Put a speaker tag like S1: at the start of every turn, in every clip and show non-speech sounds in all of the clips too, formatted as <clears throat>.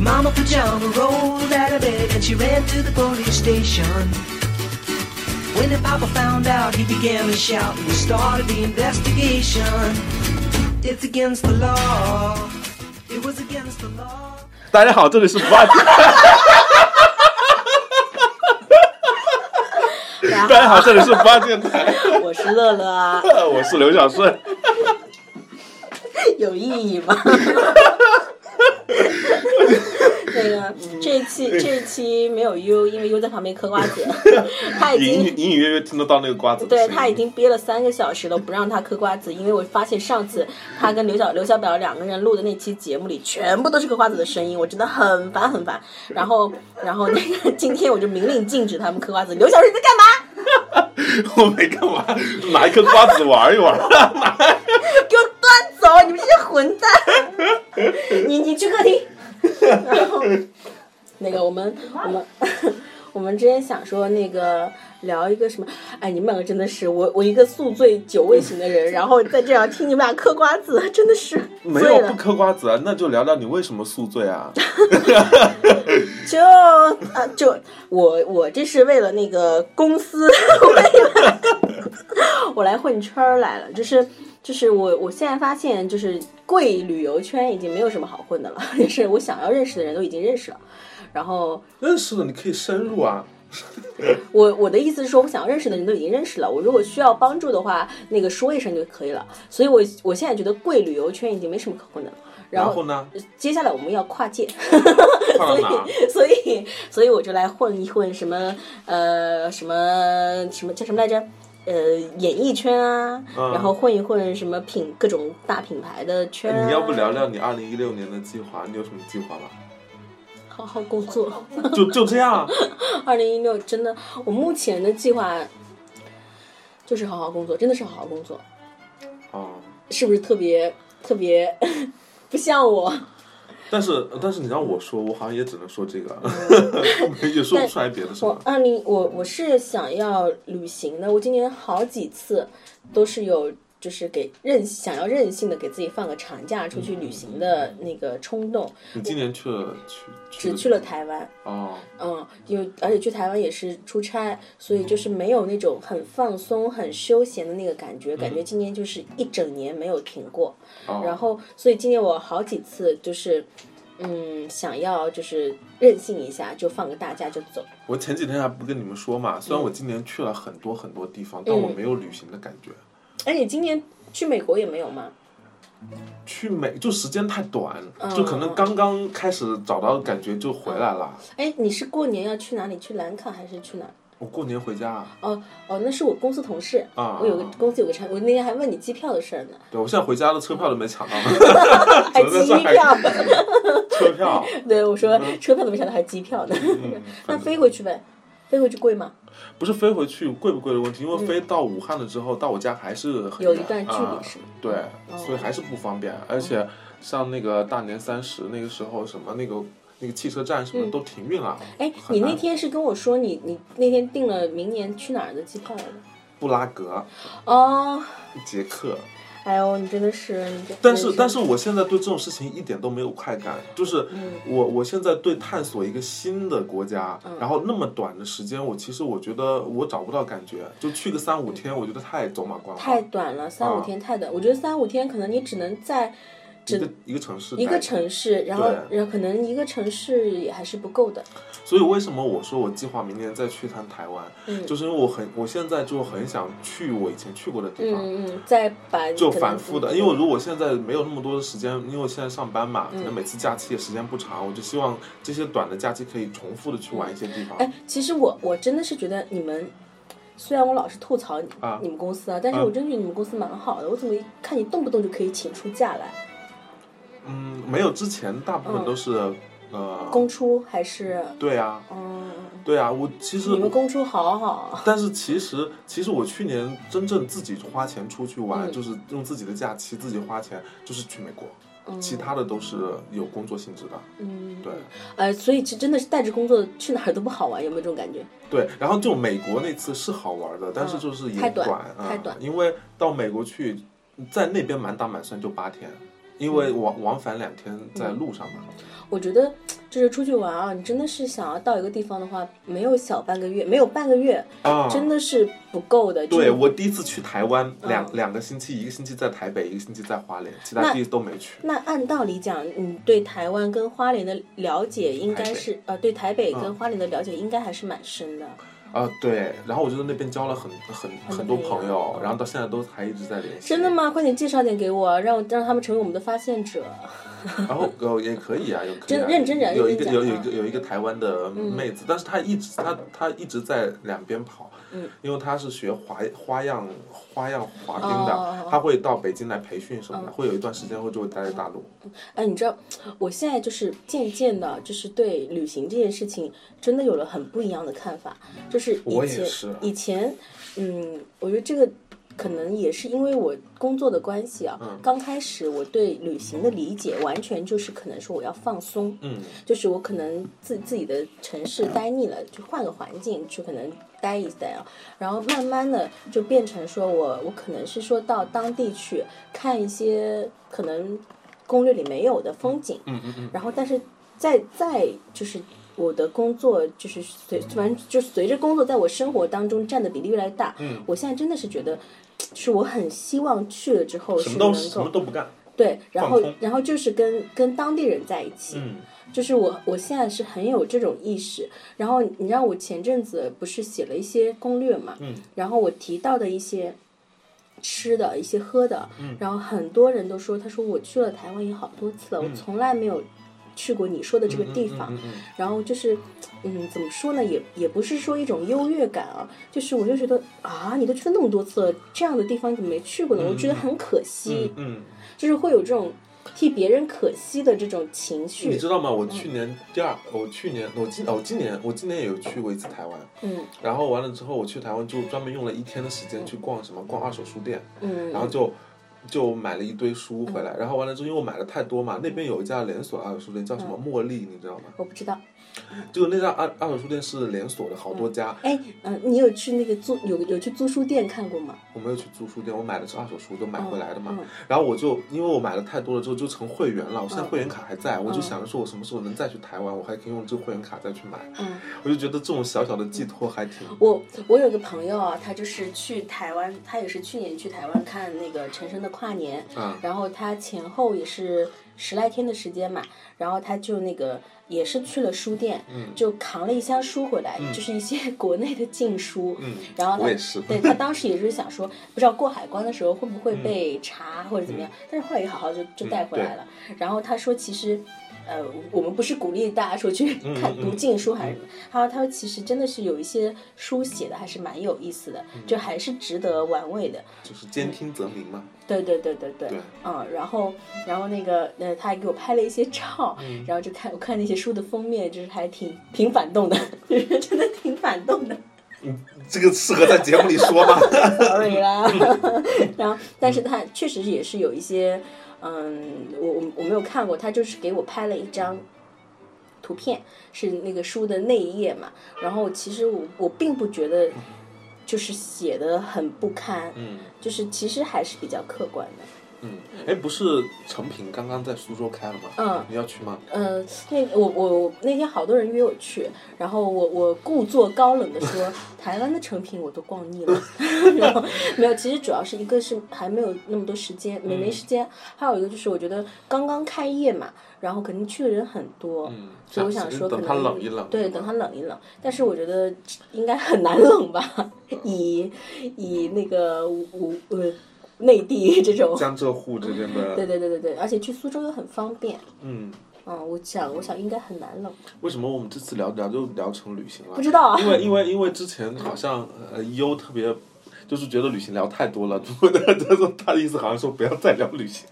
S1: Mama Pajama rolled out of bed and she ran to the police station. When the Papa found out, he began to shout. We started the investigation. It's against the law. It was against the law.
S2: 大家好，这里是不二。大家好，这里是不二电台，呃
S3: 我是乐乐啊， <laughs>
S2: 我是刘小顺。
S3: 有意义
S2: <laughs>
S3: 吗？那个这期
S2: 嗯
S3: 这期没有优，因为优在旁边嗑瓜
S2: <laughs>
S3: 子，他已
S2: 隐
S3: 经
S2: 隐隐约约听得到那个瓜子的声音，
S3: 对他已经憋了三个小时了，不让他嗑瓜子，因为我发现上次他跟刘小刘小表两个人录的那期节目里，全部都是嗑瓜子的声音，我真的很烦很烦。然后然后那个今天我就明令禁止他们嗑瓜子，刘小瑞你在干嘛？
S2: 我没干嘛，拿一颗瓜子玩一
S3: <laughs>
S2: 玩。
S3: 给我端走！你们这些混蛋！你你去客厅。然后，那个我们我们我们之前想说那个聊一个什么？哎，你们两个真的是我我一个宿醉酒味型的人，然后再这样听你们俩嗑瓜子，真的是
S2: 没
S3: 醉
S2: 有不
S3: 了。
S2: 嗑瓜子啊，那就聊聊你为什么宿醉
S3: <laughs>
S2: 啊？
S3: 就啊就我我这是为了那个公司， <laughs> 为了我来混圈儿来了，就是。就是我，我现在发现，就是贵旅游圈已经没有什么好混的了。 <laughs> 就是我想要认识的人都已经认识了，然后
S2: 认识了你可以深入啊。
S3: 我我的意思是说，我想要认识的人都已经认识了，我如果需要帮助的话，那个说一声就可以了。所以我，我现在觉得贵旅游圈已经没什么可混的了。然
S2: 然
S3: 后
S2: 后呢？
S3: 接下来我们要跨界，
S2: 跨到哪儿？
S3: 所以所以我就来混一混什么呃什么什么叫什么来着？呃，演艺圈啊，
S2: 嗯
S3: 然后混一混什么品各种大品牌的圈、啊。
S2: 哎你要不聊聊你二零一六年的计划？你有什么计划吧？
S3: 好好工作。 <laughs>
S2: 就就这样，啊
S3: 二零一六真的，我目前的计划就是好好工作，真的是好好工作。
S2: 哦。
S3: 是不是特别特别 <laughs> 不像我？
S2: 但是但是你让我说，我好像也只能说这个， <laughs> 也说不出来别的什
S3: 嗯我
S2: 么。
S3: 二零啊我我是想要旅行的，我今年好几次都是有就是给任想要任性的给自己放个长假出去旅行的那个冲动，
S2: 你今年去了去去
S3: 只去了台湾。
S2: 哦，
S3: 嗯，因为而且去台湾也是出差，所以就是没有那种很放松、很休闲的那个感觉，感觉今年就是一整年没有停过。
S2: 哦
S3: 然后，所以今年我好几次就是，嗯，想要就是任性一下，就放个大假就走。
S2: 我前几天还不跟你们说嘛，虽然
S3: 嗯
S2: 我今年去了很多很多地方，但我没有旅行的感觉。
S3: 哎，你今年去美国也没有吗？
S2: 去美就时间太短，
S3: 嗯
S2: 就可能刚刚开始找到感觉就回来了。
S3: 哎，你是过年要去哪里？去兰卡还是去哪？
S2: 我过年回家啊，
S3: 哦哦，那是我公司同事，
S2: 啊
S3: 我有个公司有个产，我那天还问你机票的事儿呢，
S2: 对我现在回家的车票都没抢
S3: <laughs>
S2: 到，
S3: 还
S2: 只能在
S3: 机
S2: 上海
S3: 票，
S2: 车
S3: <laughs>
S2: 票。
S3: 对我
S2: 嗯
S3: 说车票都没想到还机票呢，那飞回去呗，飞回去贵吗？
S2: 不是飞回去贵不贵的问题，因为飞到武汉了之后，到我家还是很
S3: 嗯有
S2: 远
S3: 一段距
S2: 啊
S3: 离是吗
S2: 对，
S3: 哦
S2: 所以还是不方便。而且像那个大年三十那个时候，什么那个那个汽车站什么都停运了。
S3: 嗯哎，
S2: 很
S3: 你那
S2: 难
S3: 天是跟我说你你那天订了明年去哪儿的机票来着？
S2: 布拉格、
S3: 哦，
S2: 捷克，
S3: 哎呦，你真的是，你真
S2: 但是，但
S3: 是
S2: 是我现在对这种事情一点都没有快感，就是
S3: 嗯
S2: 我我现在对探索一个新的国家，
S3: 嗯
S2: 然后那么短的时间，我其实我觉得我找不到感觉，就去个三五天，我觉得太走马观花
S3: 嗯太
S2: 了，
S3: 短了，三
S2: 啊
S3: 五天太短。我觉得三五天可能你只能在
S2: 一个一个城市，
S3: 一个，城市，然后
S2: 对
S3: 然后可能一个城市也还是不够的。
S2: 所以为什么我说我计划明年再去一趟台湾，
S3: 嗯
S2: 就是因为我很我现在就很想去我以前去过的地方，
S3: 嗯嗯，再把
S2: 就
S3: 可能嗯
S2: 反复的，因为如果我现在没有那么多的时间，因为我现在上班嘛，可能每次假期也时间不长，我就希望这些短的假期可以重复的去玩一些地方。
S3: 哎，其实我我真的是觉得你们。虽然我老是吐槽你,、
S2: 啊
S3: 你们公司啊，但是
S2: 啊
S3: 我真觉得你们公司蛮好的。我怎么一看你动不动就可以请出假来，
S2: 嗯，没有，之前大
S3: 嗯
S2: 部分都是、呃，
S3: 公出还是
S2: 对啊，
S3: 嗯，
S2: 对啊，我其实
S3: 你，们公出好好啊。
S2: 但是其实其实我去年真正自己花钱出去
S3: 嗯
S2: 玩，就是用自己的假期自己花钱，就是去美国，其他的都是有工作性质的，
S3: 嗯，
S2: 对。
S3: 呃，所以这真的是带着工作去哪儿都不好玩，有没有这种感觉？
S2: 对，然后就美国那次是好玩的，但是就是也
S3: 嗯太
S2: 短
S3: 短
S2: 啊，
S3: 太短
S2: 因为到美国去，在那
S3: 嗯啊
S2: 边满打满算就八天，因为往往返两天在路上嘛。
S3: 我觉得就就是出去玩啊，你真的是想要到一个地方的话，没有小半个月，没有半个月，
S2: 啊，
S3: 真的是不够的。就
S2: 对
S3: 是
S2: 我第一次去台湾，两、
S3: 嗯
S2: 两个星期，一个星期在台北，一个星期在花莲，其他
S3: 那
S2: 地都没去。
S3: 那按道理讲，你对台湾跟花莲的了解应该是呃，对台北
S2: 嗯
S3: 跟花莲的了解应该还是蛮深的。
S2: 啊、对，然后我就在那边交了很很
S3: 很
S2: 很多
S3: 多
S2: 朋
S3: 朋
S2: 友
S3: 友，
S2: 然后到现在都还一直在联系。
S3: 真的？吗？快点介绍点给我，让我让他们成为我们的发现者。
S2: <laughs> 然后呃也可以啊，有可以、啊、
S3: 真认真讲
S2: 有一
S3: 认
S2: 个
S3: 真
S2: 有有一
S3: 讲啊
S2: 个有一个台湾的妹子，但是她一直她她一直在两边跑，
S3: 嗯
S2: 因为她是学花花样花样滑冰的，
S3: 哦哦嗯哦
S2: 她会到北京来培训什么的，会有一段时间会就会待在大陆。
S3: 哎，你知道，我现在就是渐渐的，就是对旅行这件事情真的有了很不一样的看法。就是以前，
S2: 我也是
S3: 以前，嗯，我觉得这个可能也是因为我工作的关系啊。
S2: 嗯
S3: 刚开始我对旅行的理解，完全就是可能说我要放松，
S2: 嗯，
S3: 就是我可能自自己的城市待腻了，就换个环境，就可能待一待啊。然后慢慢的就变成说我我可能是说到当地去看一些可能攻略里没有的风景，
S2: 嗯嗯嗯，
S3: 然后但是再再就是我的工作就是随
S2: 嗯
S3: 反正就随着工作在我生活当中占的比例越来越大，
S2: 嗯
S3: 我现在真的是觉得。是我很希望去了之后
S2: 什
S3: 是
S2: 么
S3: 能
S2: 都什么
S3: 够
S2: 都不干。
S3: 对，然后
S2: 放空
S3: 然后就是跟跟当地人在一起，
S2: 嗯
S3: 就是我我现在是很有这种意识。然后你知道我前阵子不是写了一些攻略嘛，
S2: 嗯
S3: 然后我提到的一些吃的、一些喝的，
S2: 嗯
S3: 然后很多人都说，他说我去了台湾也好多次了，我从来没有去过你说的这个地方。
S2: 嗯嗯嗯嗯嗯
S3: 然后就是，嗯，怎么说呢？也也不是说一种优越感啊，就是我就觉得啊，你都去了那么多次了，这样的地方你怎么没去过呢？我觉得很可惜，
S2: 嗯嗯
S3: 就是会有这种替别人可惜的这种情绪。
S2: 你知道吗？
S3: 嗯
S2: 我去年第二，我去年我今我今年我今年也有去过一次台湾，
S3: 嗯
S2: 然后完了之后我去台湾就专门用了一天的时间去逛什么逛二手书店，
S3: 嗯，
S2: 然后就就买了一堆书回来，然后完了之后因为我买的太多嘛，那边有一家连锁二手书店叫
S3: 嗯
S2: 什么茉莉，你知道吗？
S3: 我不知道。
S2: 就那家二二手书店是连锁的，好多家，
S3: 哎，嗯、你有去那个租有有去租书店看过吗？
S2: 我没有去租书店，我买的是二手书，都买回来的嘛。
S3: 嗯嗯
S2: 然后我就因为我买了太多了之后就成会员了，我现在
S3: 嗯
S2: 会员卡还在，我就
S3: 嗯
S2: 想着说我什么时候能再去台湾，我还可以用这个会员卡再去买。
S3: 嗯，
S2: 我就觉得这种小小的寄托还挺。
S3: 我我有个朋友啊，他就是去台湾，他也是去年去台湾看那个陈升的跨年，
S2: 啊，
S3: 然后他前后也是十来天的时间嘛，然后他就那个也是去了书店，
S2: 嗯
S3: 就扛了一箱书回来，就是一些国内的禁书，
S2: 嗯
S3: 然后
S2: 我
S3: 他
S2: 也是
S3: 对他当时也是想说，不知道过海关的时候会不
S2: 嗯
S3: 会被查或者怎么样，但是后来也好好就就带回来了。然后他说，其实，呃，我们不是鼓励大家说去
S2: 嗯
S3: 看
S2: 嗯
S3: 读禁书还是什么，他说他说其实真的是有一些书写的还是蛮有意思的，
S2: 嗯
S3: 就还是值得玩味的。
S2: 就是兼听则明嘛。
S3: 对对对对对
S2: 对，
S3: 嗯，然后然后那个呃，他还给我拍了一些照，
S2: 嗯
S3: 然后就看我看那些书的封面，就是还挺挺反动的， <laughs> 就是真的挺反动的。
S2: 嗯，这个适合在节目里说吗？ <laughs>
S3: sorry 啦。啊然后，但是他确实也是有一些，嗯，我我我没有看过，他就是给我拍了一张图片，是那个书的内页嘛。然后其实我我并不觉得就是写的很不堪，
S2: 嗯
S3: 就是其实还是比较客观的。
S2: 嗯，哎，不是成品刚刚在苏州开了吗？
S3: 嗯
S2: 你要去吗？
S3: 嗯，那我我我那天好多人约我去，然后我我故作高冷的
S2: <laughs>
S3: 说，台湾的成品我都逛腻了， <laughs> 然后没有，其实主要是一个是还没有那么多时间，没没时
S2: 嗯
S3: 间，还有一个就是我觉得刚刚开业嘛，然后肯定去的人很多，
S2: 嗯，
S3: 所以我想说可
S2: 等
S3: 能
S2: 它冷一冷。
S3: 对，等它冷一冷，但是我觉得应该很难
S2: <laughs>
S3: 冷吧，以以那个我呃内地这种，
S2: 江浙沪这边的，
S3: 对对对对对，而且去苏州又很方便，
S2: 嗯，
S3: 嗯，我想我想应该很难冷。
S2: 为什么我们这次聊聊就聊成旅行了？
S3: 不知道啊 <laughs>
S2: 因为因为因为之前好像呃优特别。就是觉得旅行聊太多了， <laughs> 他说他的意思好像说不要再聊旅行。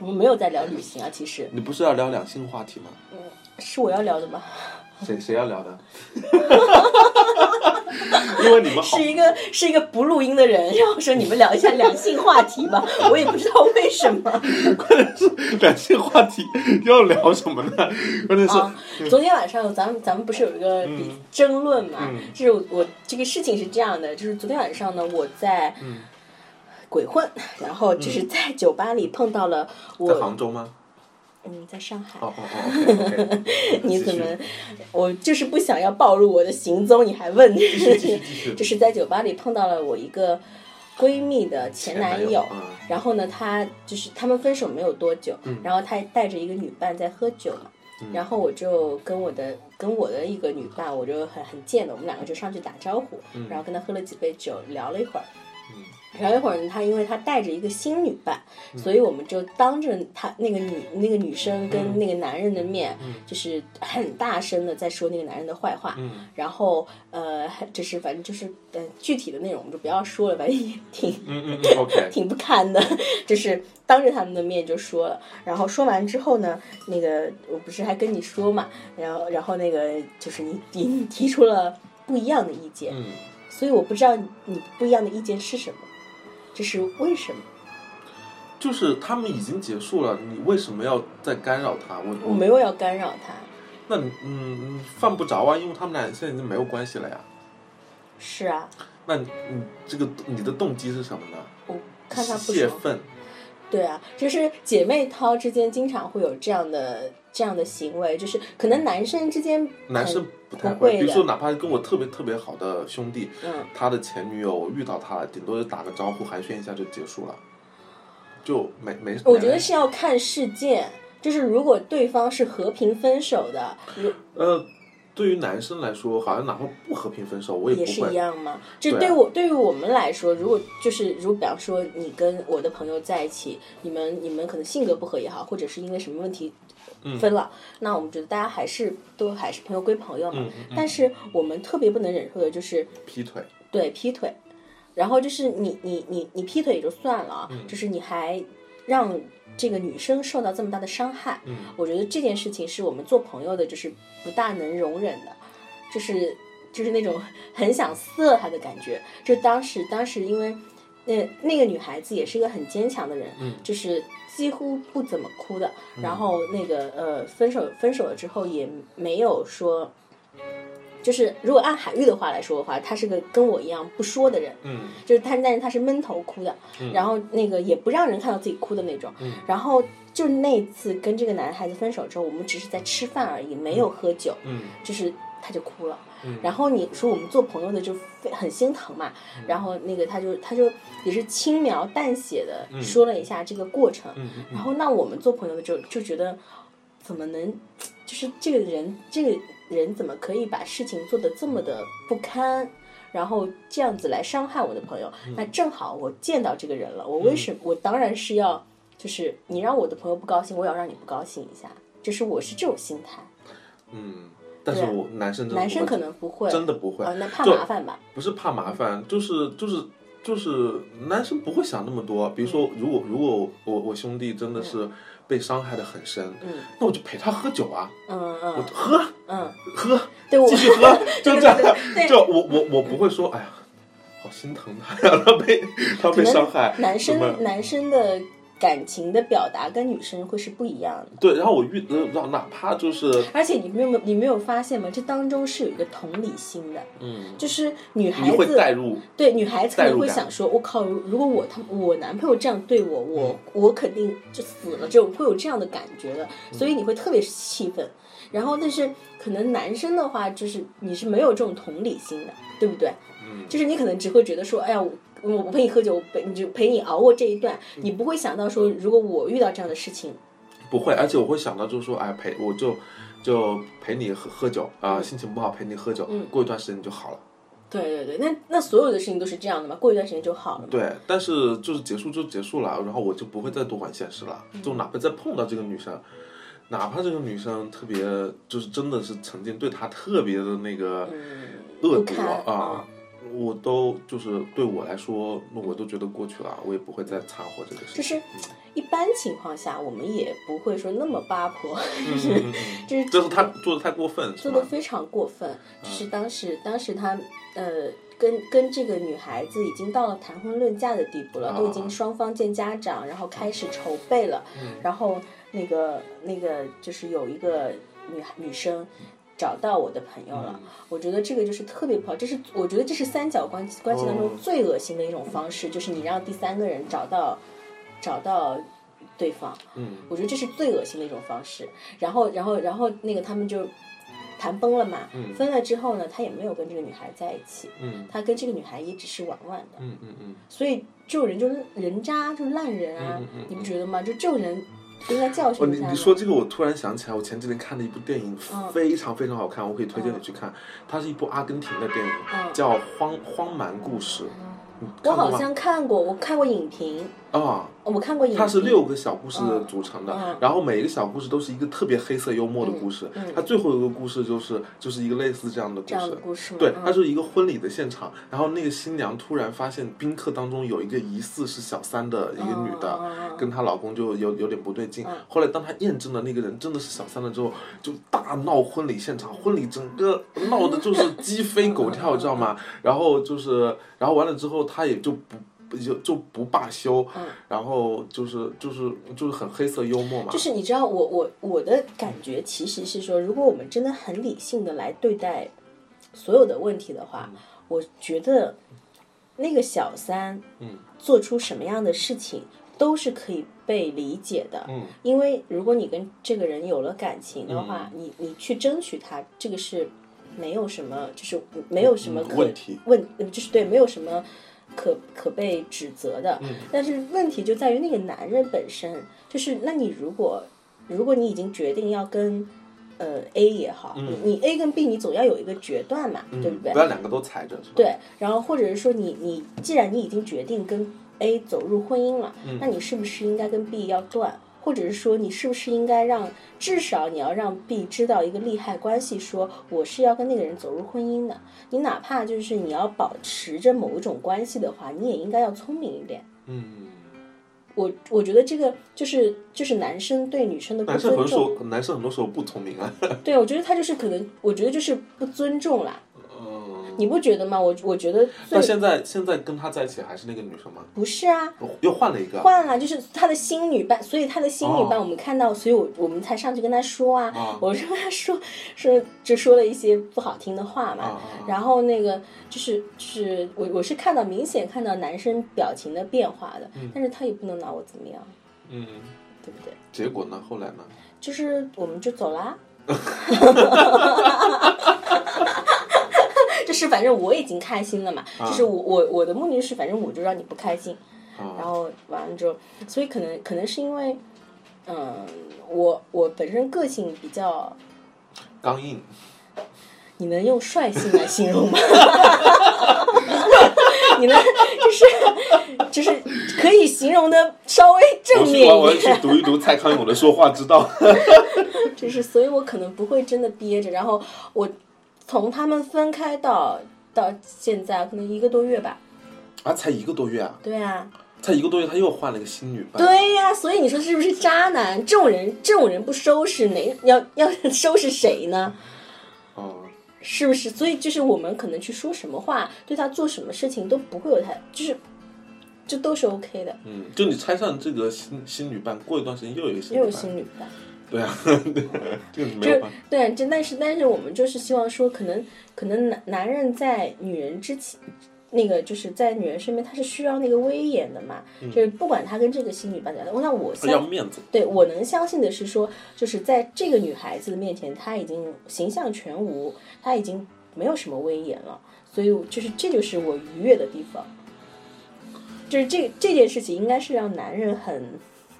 S3: 我们没有在聊旅行啊，其实
S2: 你不是要聊两性话题吗？
S3: 是我要聊的吗？
S2: 谁谁要聊的？ <laughs> 因为你们好
S3: 是一个是一个不录音的人，然后说你们聊一下两性话题吧，我也不知道为什么。
S2: <laughs> 关键是两性话题要聊什么呢？关键是、
S3: 啊，昨天晚上咱们咱们不是有一个比争论嘛？就是我我这个事情是这样的，就是昨天晚上呢，我在
S2: 嗯
S3: 鬼混，然后就是在酒吧里碰到了我
S2: 在杭州吗？
S3: 嗯，在上海。
S2: 哦哦哦，OK，
S3: <laughs> 你怎么？我就是不想要暴露我的行踪，你还问？就
S2: 这
S3: 是在酒吧里碰到了我一个闺蜜的前男
S2: 前男友嗯
S3: 然后呢，他就是他们分手没有多久，然后他带着一个女伴在喝酒嘛。然后我就跟我的跟我的一个女伴，我就很很贱的，我们两个就上去打招呼，
S2: 嗯
S3: 然后跟他喝了几杯酒，聊了一会儿。聊一会儿呢，他因为他带着一个新女伴，所以我们就当着他那个女那个女生跟那个男人的面，就是很大声的在说那个男人的坏话。
S2: 嗯
S3: 然后呃，就是反正就是呃具体的内容我们就不要说了，反正也挺 <laughs>
S2: 嗯嗯，OK，
S3: 挺不堪的， <laughs> 就是当着他们的面就说了。然后说完之后呢，那个我不是还跟你说嘛，然后然后那个就是你 <laughs> 你你提出了不一样的意见，
S2: 嗯，
S3: 所以我不知道你不一样的意见是什么，这是为什么？
S2: 就是他们已经结束了，你为什么要再干扰他？我
S3: 我没有要干扰他，
S2: 那你嗯，你犯不着啊，因为他们俩现在已经没有关系了呀。
S3: 是啊，
S2: 那你你这个你的动机是什么呢？
S3: 我看他不
S2: 泄
S3: 爽。
S2: 愤，
S3: 对啊，就是姐妹淘之间经常会有这样的这样的行为，就是可能男生之间，
S2: 男生不太
S3: 不会
S2: 会。
S3: 的
S2: 比如说，哪怕跟我特别特别好的兄弟，
S3: 嗯，
S2: 他的前女友遇到他，顶多就打个招呼寒暄一下就结束了，就没没。
S3: 我觉得是要看事件。就是如果对方是和平分手的，如
S2: 呃，对于男生来说，好像哪怕不和平分手，我也
S3: 也
S2: 不
S3: 是一
S2: 会。
S3: 样吗？
S2: 对啊
S3: 就对我对于我们来说，如果就是如果比方说你跟我的朋友在一起，你们你们可能性格不合也好，或者是因为什么问题
S2: 嗯
S3: 分了，那我们觉得大家还是都还是朋友归朋友嘛。
S2: 嗯
S3: 但是我们特别不能忍受的就是
S2: 劈腿，
S3: 对劈腿，然后就是你你你你劈腿也就算了啊，就是你还让这个女生受到这么大的伤害，我觉得这件事情是我们做朋友的，就是不大能容忍的，就是就是那种 <laughs> 很想撕了她的感觉。就当时当时因为那那个女孩子也是一个很坚强的人，就是几乎不怎么哭的。然后那个呃，分手分手了之后也没有说。就是如果按海玉的话来说的话，她是个跟我一样不说的人，
S2: 嗯
S3: 就是她，但是她是闷头哭的，然后那个也不让人看到自己哭的那种。
S2: 嗯
S3: 然后就那一次跟这个男孩子分手之后，我们只是在吃饭而已，没有喝酒，
S2: 嗯
S3: 就是她就哭了。
S2: 嗯
S3: 然后你说我们做朋友的就非很心疼嘛，
S2: 嗯
S3: 然后那个他就他就也是轻描淡写的说了一下这个过程，
S2: 嗯嗯
S3: 然后那我们做朋友的就就觉得怎么能，就是这个人这个人怎么可以把事情做得这么的不堪，然后这样子来伤害我的朋友？
S2: 嗯
S3: 那正好我见到这个人了，我为什么、我当然是要就是你让我的朋友不高兴，我也要让你不高兴一下，就是我是这种心态。
S2: 嗯。但是嗯我男生真的
S3: 男生
S2: 不会
S3: 可能不会，
S2: 真的不会
S3: 呃，那怕
S2: 就
S3: 麻烦吧。
S2: 不是怕麻烦，就是就是就是男生不会想那么多。比如说，
S3: 嗯
S2: 如果如果我我兄弟真的是被伤害的很深，
S3: 嗯
S2: 那我就陪他喝酒啊，
S3: 嗯
S2: 我
S3: 嗯
S2: 喝
S3: 嗯，
S2: 喝，
S3: 对我
S2: 继续喝，就
S3: 对对
S2: 这样
S3: 对对，
S2: 就我我我不会说，哎呀，好心疼他呀，他被他
S3: 可
S2: 被伤害
S3: 能，男
S2: 什么
S3: 生男生的感情的表达跟女生会是不一样的。
S2: 对，然后我遇呃让哪怕就是
S3: 而且你没有你没有发现吗？这当中是有一个同理心的，
S2: 嗯，
S3: 就是女
S2: 你
S3: 孩
S2: 会带
S3: 子
S2: 入，
S3: 对女孩子可
S2: 代
S3: 能
S2: 入
S3: 会
S2: 感嗯
S3: 想说，我靠，如如果我他我男朋友这样对我，我我肯定就死了，就会有这样的感觉的，
S2: 嗯
S3: 所以你会特别气愤。然后，但是可能男生的话，就是你是没有这种同理心的，对不对？
S2: 嗯
S3: 就是你可能只会觉得说，哎呀，我我陪你喝酒，我陪你就陪你熬过这一段，
S2: 嗯
S3: 你不会想到说，如果我遇到这样的事情，
S2: 不会，而且我会想到就是说，哎，陪我就就陪你喝喝酒啊、
S3: 嗯
S2: 心情不好陪你喝酒，过一段时间你就好了。
S3: 对对对，那那所有的事情都是这样的嘛，过一段时间就好了嘛。
S2: 对，但是就是结束就结束了，然后我就不会再多管闲事了。
S3: 嗯
S2: 就哪怕再碰到这个女生，哪怕这个女生特别就是真的是曾经对她特别的那个恶
S3: 嗯不
S2: 毒
S3: 堪
S2: 啊，我都就是对我来说，那我都觉得过去了，我也不会再掺和这个事情。
S3: 就是一般情况下，我们也不会说那么八婆，
S2: 嗯嗯嗯
S3: 就是
S2: 就是嗯她做的太过分，是
S3: 做
S2: 吧
S3: 的？非常过分。就是当时，当时他呃，跟跟这个女孩子已经到了谈婚论嫁的地步了，
S2: 啊
S3: 都已经双方见家长，然后开始筹备了。
S2: 嗯
S3: 然后那个那个就是有一个女孩女生。找到我的朋友
S2: 嗯
S3: 了，我觉得这个就是特别不好，这是我觉得这是三角关系关系当中
S2: 哦
S3: 最恶心的一种方式，就是你让第三个人找到找到对方。
S2: 嗯
S3: 我觉得这是最恶心的一种方式。然后，然后，然后那个他们就谈崩了嘛。
S2: 嗯
S3: 分了之后呢，他也没有跟这个女孩在一起，
S2: 嗯
S3: 他跟这个女孩也只是玩玩的。
S2: 嗯嗯嗯，
S3: 所以这种人就是人渣，就是烂人啊，
S2: 嗯嗯嗯嗯
S3: 你不觉得吗？就这种人应该教
S2: 哦，
S3: 训一
S2: 你
S3: 下吗。
S2: 你说这个，我突然想起来，我前几天看了一部电影
S3: 嗯，
S2: 非常非常好看，我可以推荐你
S3: 嗯
S2: 去看。它是一部阿根廷的电
S3: 嗯
S2: 影，叫《荒荒蛮故事》，你
S3: 我
S2: 看过
S3: 好
S2: 吗？
S3: 像看过，我看过影评，哦
S2: 啊，
S3: 我看过影评。
S2: 它是六个小故事
S3: 嗯
S2: 组成的，
S3: 嗯
S2: 然后每一个小故事都是一个特别黑色幽默的故事。
S3: 嗯嗯
S2: 它最后一个故事就是就是一个类似这样的故
S3: 这样的
S2: 事。
S3: 故事吗？
S2: 对，
S3: 嗯
S2: 它是一个婚礼的现场，然后那个新娘突然发现宾客当中有一个疑似是小三的一个女的，
S3: 嗯嗯嗯
S2: 跟她老公就有有点不对劲。
S3: 嗯
S2: 后来当她验证了那个人真的是小三了之后，就大闹婚礼现场，婚礼整个闹的就是鸡飞狗跳，知道吗？然后就是，然后完了之后，她也就不不就就不罢休，
S3: 嗯
S2: 然后就是就是就是很黑色幽默嘛，
S3: 就是你知道我我我的感觉其实是说，如果我们真的很理性的来对待所有的问题的话，我觉得那个小三
S2: 嗯
S3: 做出什么样的事情都是可以被理解的。
S2: 嗯
S3: 因为如果你跟这个人有了感情的话，
S2: 嗯
S3: 你你去争取他，这个是没有什么，就是没有什么
S2: 嗯
S3: 可、
S2: 问题
S3: 问，呃就是对，没有什么可可被指责的。
S2: 嗯
S3: 但是问题就在于那个男人本身，就是那你如果如果你已经决定要跟呃 A 也好，
S2: 嗯
S3: 你你 A 跟 B 你总要有一个决断嘛，对不对？
S2: 不要两个都踩着，是吧？
S3: 对，然后或者是说你你既然你已经决定跟 A 走入婚姻了，
S2: 嗯
S3: 那你是不是应该跟 B 要断？或者是说你是不是应该让至少你要让 B 知道一个利害关系，说我是要跟那个人走入婚姻的。你哪怕就是你要保持着某一种关系的话，你也应该要聪明一点。
S2: 嗯，
S3: 我我觉得这个就是就是男生对女生的不
S2: 男生
S3: 尊
S2: 很多时
S3: 重，
S2: 候男生很多时候不聪明啊，
S3: 对我觉得他就是可能，我觉得就是不尊重啦。
S2: 嗯，
S3: 你不觉得吗？我我觉得最
S2: 那现在现在跟他在一起还是那个女生吗？
S3: 不是啊，
S2: 又换了一个，
S3: 换了，就是他的新女伴，所以他的新女伴
S2: 哦
S3: 我们看到，所以我我们才上去跟他说啊，
S2: 啊
S3: 我说他说说就说了一些不好听的话嘛，
S2: 啊啊啊
S3: 然后那个就是就是我我是看到明显看到男生表情的变化的，但是他也不能拿我怎么样，
S2: 嗯，
S3: 对不对？
S2: 结果呢？后来呢？
S3: 就是我们就走啦。 <laughs> 就是反正我已经开心了嘛，就是我我我的目的是，反正我就让你不开心，然
S2: 啊，
S3: 后完了之后，所以可能可能是因为，嗯，我我本身个性比较，
S2: 刚硬，
S3: 你能用率性来形容吗？ <laughs> 你能就是就是可以形容的稍微
S2: 我
S3: 正
S2: 去
S3: 面
S2: 我我
S3: 一
S2: 要去
S3: 点，
S2: 读一读蔡康永的说话之道。 <laughs>
S3: 就是所以我可能不会真的憋着，然后我从他们分开到到现在可能一个多月吧，
S2: 啊，才一个多月啊，
S3: 对啊，
S2: 才一个多月，他又换了一个新女伴。，
S3: 对呀、所以你说是不是渣男？这种人这种人不收拾哪要要收拾谁呢？
S2: 哦，
S3: 是不是？所以就是我们可能去说什么话，对他做什么事情都不会有太，就是这都是 OK 的。
S2: 嗯，就你拆散这个新新女伴，过一段时间又有一个新
S3: 又有
S2: 女伴。
S3: 新女伴，
S2: <laughs> 对啊，这个没有
S3: 就
S2: 办法。
S3: 对，这但是但是我们就是希望说，可能可能男男人在女人之前，那个就是在女人身边，他是需要那个威严的嘛，就是不管他跟这个新女伴怎样，那我
S2: 嗯要
S3: 相
S2: 面子，
S3: 对我能相信的是说，就是在这个女孩子的面前，她已经形象全无，她已经没有什么威严了，所以我就是这就是我愉悦的地方。就是这这件事情应该是让男人很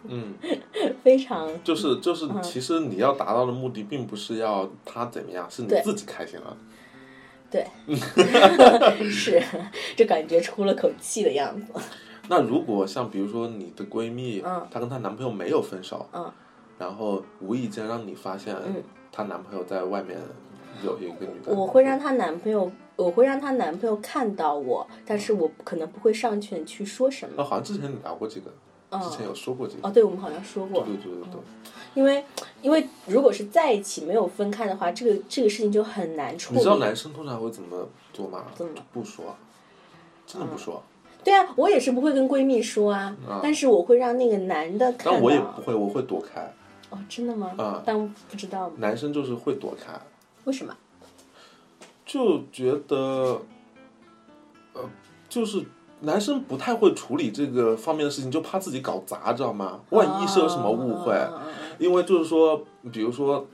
S2: 嗯，
S3: <laughs> 非常
S2: 就是就是，
S3: 嗯
S2: 其实你要达到的目的，并不是要他怎么样，是你
S3: 对
S2: 自己开心了。
S3: 对，是就感觉出了口气的样子。
S2: 那如果像比如说你的闺蜜，
S3: 嗯
S2: 她跟她男朋友没有分手，
S3: 嗯
S2: 然后无意间让你发现
S3: 嗯
S2: 她男朋友在外面有有一个女的，
S3: 我会让她男朋友，我会让她男朋友看到我，但是我可能不会上去去说什
S2: 那
S3: 么。
S2: 好像之前你聊过这个，之前有说过这个，
S3: 哦，对，我们好像说过，
S2: 对对对对，
S3: 因为因为如果是在一起没有分开的话，这个这个事情就很难处
S2: 你知道
S3: 理。
S2: 男生通常会怎么做吗？
S3: 怎么
S2: 不说，真的不说。
S3: 对啊，我也是不会跟闺蜜说啊，但是我会让那个男的看到。
S2: 但我也不会，我会躲开。
S3: 哦，真的吗？
S2: 嗯
S3: 但不知道
S2: 男生就是会躲开，
S3: 为什么。
S2: 就觉得，呃，就是男生不太会处理这个方面的事情，就怕自己搞砸，知道吗？万一是有什么误会，
S3: 啊
S2: 因为就是说，比如说，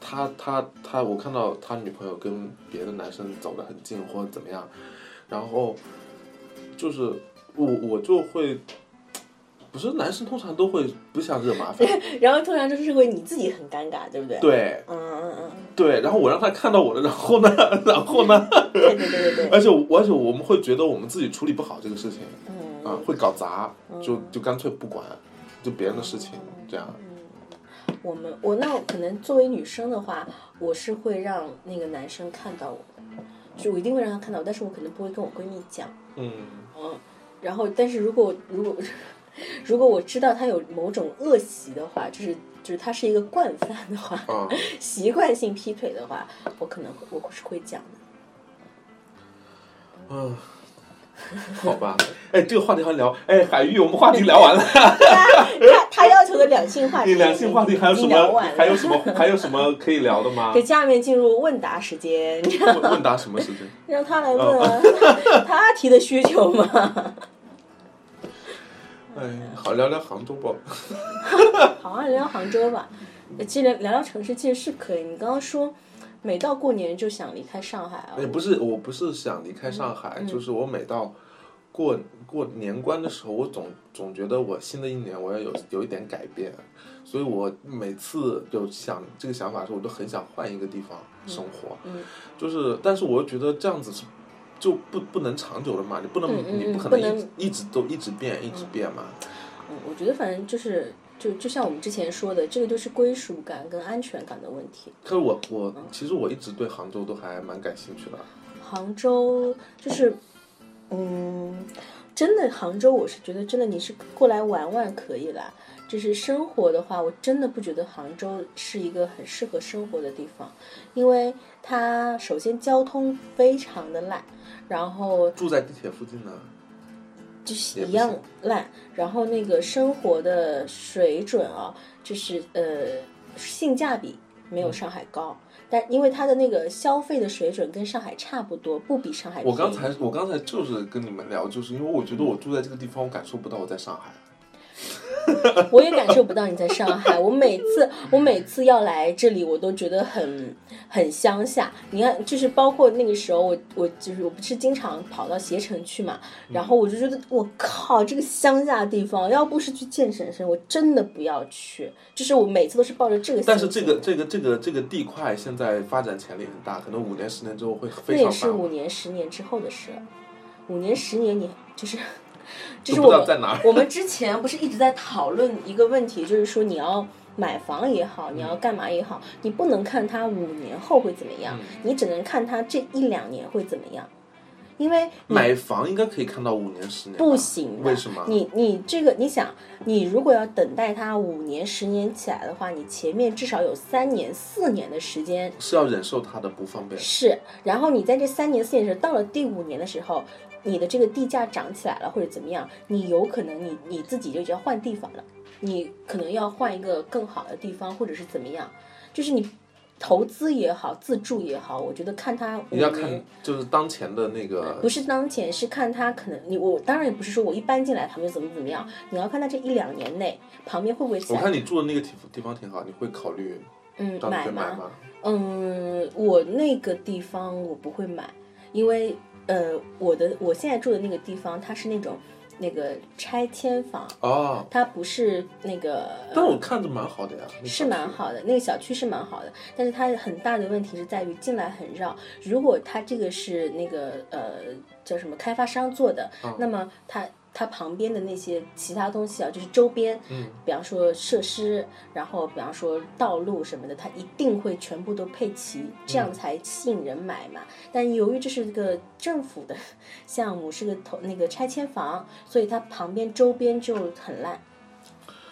S2: 他他他，我看到他女朋友跟别的男生走得很近或者怎么样，然后就是我我就会，不是男生通常都会不想惹
S3: <laughs>
S2: 麻烦，
S3: 然后突然就是会你自己很尴尬，对不对？，
S2: 对
S3: 嗯嗯嗯
S2: 对，然后我让他看到我了，然后呢， <laughs> 然后呢，
S3: 嗯，对对对对对，
S2: 而且我而且我们会觉得我们自己处理不好这个事情
S3: 嗯
S2: 啊，会搞砸，就就干脆不管，就别人的事情这样，
S3: 我们我那我可能作为女生的话，我是会让那个男生看到我的，就我一定会让他看到，但是我可能不会跟我闺蜜讲，
S2: 嗯。
S3: 嗯，然后但是如果如果 <laughs> 如果我知道他有某种恶习的话，就是就是他是一个惯犯的话，
S2: 啊，
S3: 习惯性劈腿的话，我可能会我是会讲的。
S2: 嗯，好吧，哎，这个话题还聊，哎，海玉，我们话题聊完了，
S3: 他他要求的两性话
S2: 你
S3: 题，
S2: 哎两性话题还有什
S3: 已经聊
S2: 么
S3: 完了？
S2: 还有什么还有什么可以聊的吗
S3: <laughs> 可？下面进入问答时间， <laughs>
S2: 问问答什么时间？
S3: 让他来问啊，
S2: 哦
S3: <laughs> 他提的需求嘛。 <laughs>
S2: 哎，好，聊聊杭州吧。
S3: 好啊，聊聊杭州吧。呃其实聊聊聊城市其实是可以。你刚刚说，每到过年就想离开上海啊
S2: 也，不是，我不是想离开上
S3: 嗯
S2: 海，就是我每到过过年关的时候，我总总觉得我新的一年我要有有一点改变，所以我每次有想这个想法的时候，我都很想换一个地方生活。
S3: 嗯
S2: 就是，但是我又觉得这样子是就不不能长久的嘛，你不能、
S3: 嗯嗯
S2: 你
S3: 嗯
S2: 不可
S3: 不
S2: 能一
S3: 能
S2: 直一直都一直变一直变嘛。
S3: 嗯，我觉得反正就是就就像我们之前说的，这个就是归属感跟安全感的问题。
S2: 可是我我其实我一直对杭州都还蛮感兴趣的。
S3: 杭州就是，嗯，真的杭州，我是觉得真的你是过来玩玩可以啦。就是生活的话，我真的不觉得杭州是一个很适合生活的地方，因为它首先交通非常的烂，然后
S2: 住在地铁附近呢，
S3: 就是
S2: 也不
S3: 一样
S2: 行
S3: 烂。然后那个生活的水准啊，就是呃性价比没有上海高，但因为它的那个消费的水准跟上海差不多，不比上海便宜。
S2: 我刚才我刚才就是跟你们聊，就是因为我觉得我住在这个地方，我感受不到我在上海。
S3: 我也感受不到你在上海。 <laughs> 我每次我每次要来这里，我都觉得很很乡下。你看，就是包括那个时候，我我就是我不是经常跑到携程去嘛，
S2: 嗯
S3: 然后我就觉得我靠，这个乡下地方，要不是去健身身，我真的不要去。就是我每次都是抱着这个心情。
S2: 但是这个这个这个这个地块现在发展潜力很大，可能五年十年之后会
S3: 那
S2: 非
S3: 也
S2: 常啊
S3: 是
S2: 繁
S3: 五
S2: 华。
S3: 年、十年之后的事。五年、十年，你就是 <laughs>
S2: 都
S3: 就是
S2: 不知
S3: 我
S2: 道
S3: 们
S2: 在哪儿。
S3: <laughs> 我们之前不是一直在讨论一个问题，就是说你要买房也好，你要干嘛也好，你不能看它五年后会怎么样，
S2: 嗯
S3: 你只能看它这一两年会怎么样，因为你
S2: 买房应该可以看到五年十年吧。
S3: 嗯不行的。
S2: 为什么？
S3: 你你这个你想，你如果要等待它五年、十年起来的话，你前面至少有三年、四年的时间
S2: <laughs> 是要忍受它的不方便。
S3: 是，然后你在这三年、四年的时候，到了第五年的时候，你的这个地价涨起来了，或者怎么样，你有可能你你自己就要换地方了，你可能要换一个更好的地方，或者是怎么样，就是你投资也好，自住也好，我觉得看它五
S2: 你要
S3: 年。
S2: 看就是当前的那个
S3: 不是当前，是看他可能你我当然也不是说我一搬进来旁边怎么怎么样，你要看他这一两年内旁边会不会起
S2: 我
S3: 来，
S2: 看你住的那个地地方挺好，你会考虑
S3: 嗯
S2: 到底会买
S3: 吗？
S2: 吗？
S3: 嗯，我那个地方我不会买，因为呃，我的我现在住的那个地方，它是那种那个拆迁房，
S2: 哦，
S3: 它不是那个
S2: 但我看着蛮好的呀，那个
S3: 是蛮好的，那个小区是蛮好的，但是它很大的问题是在于进来很绕。如果它这个是那个呃叫什么开发商做的，那么它它旁边的那些其他东西啊，就是周边，
S2: 嗯
S3: 比方说设施，然后比方说道路什么的，它一定会全部都配齐，这样才吸引人买嘛。但由于这是个政府的 <laughs> 项目，是个投那个拆迁房，所以它旁边周边就很烂。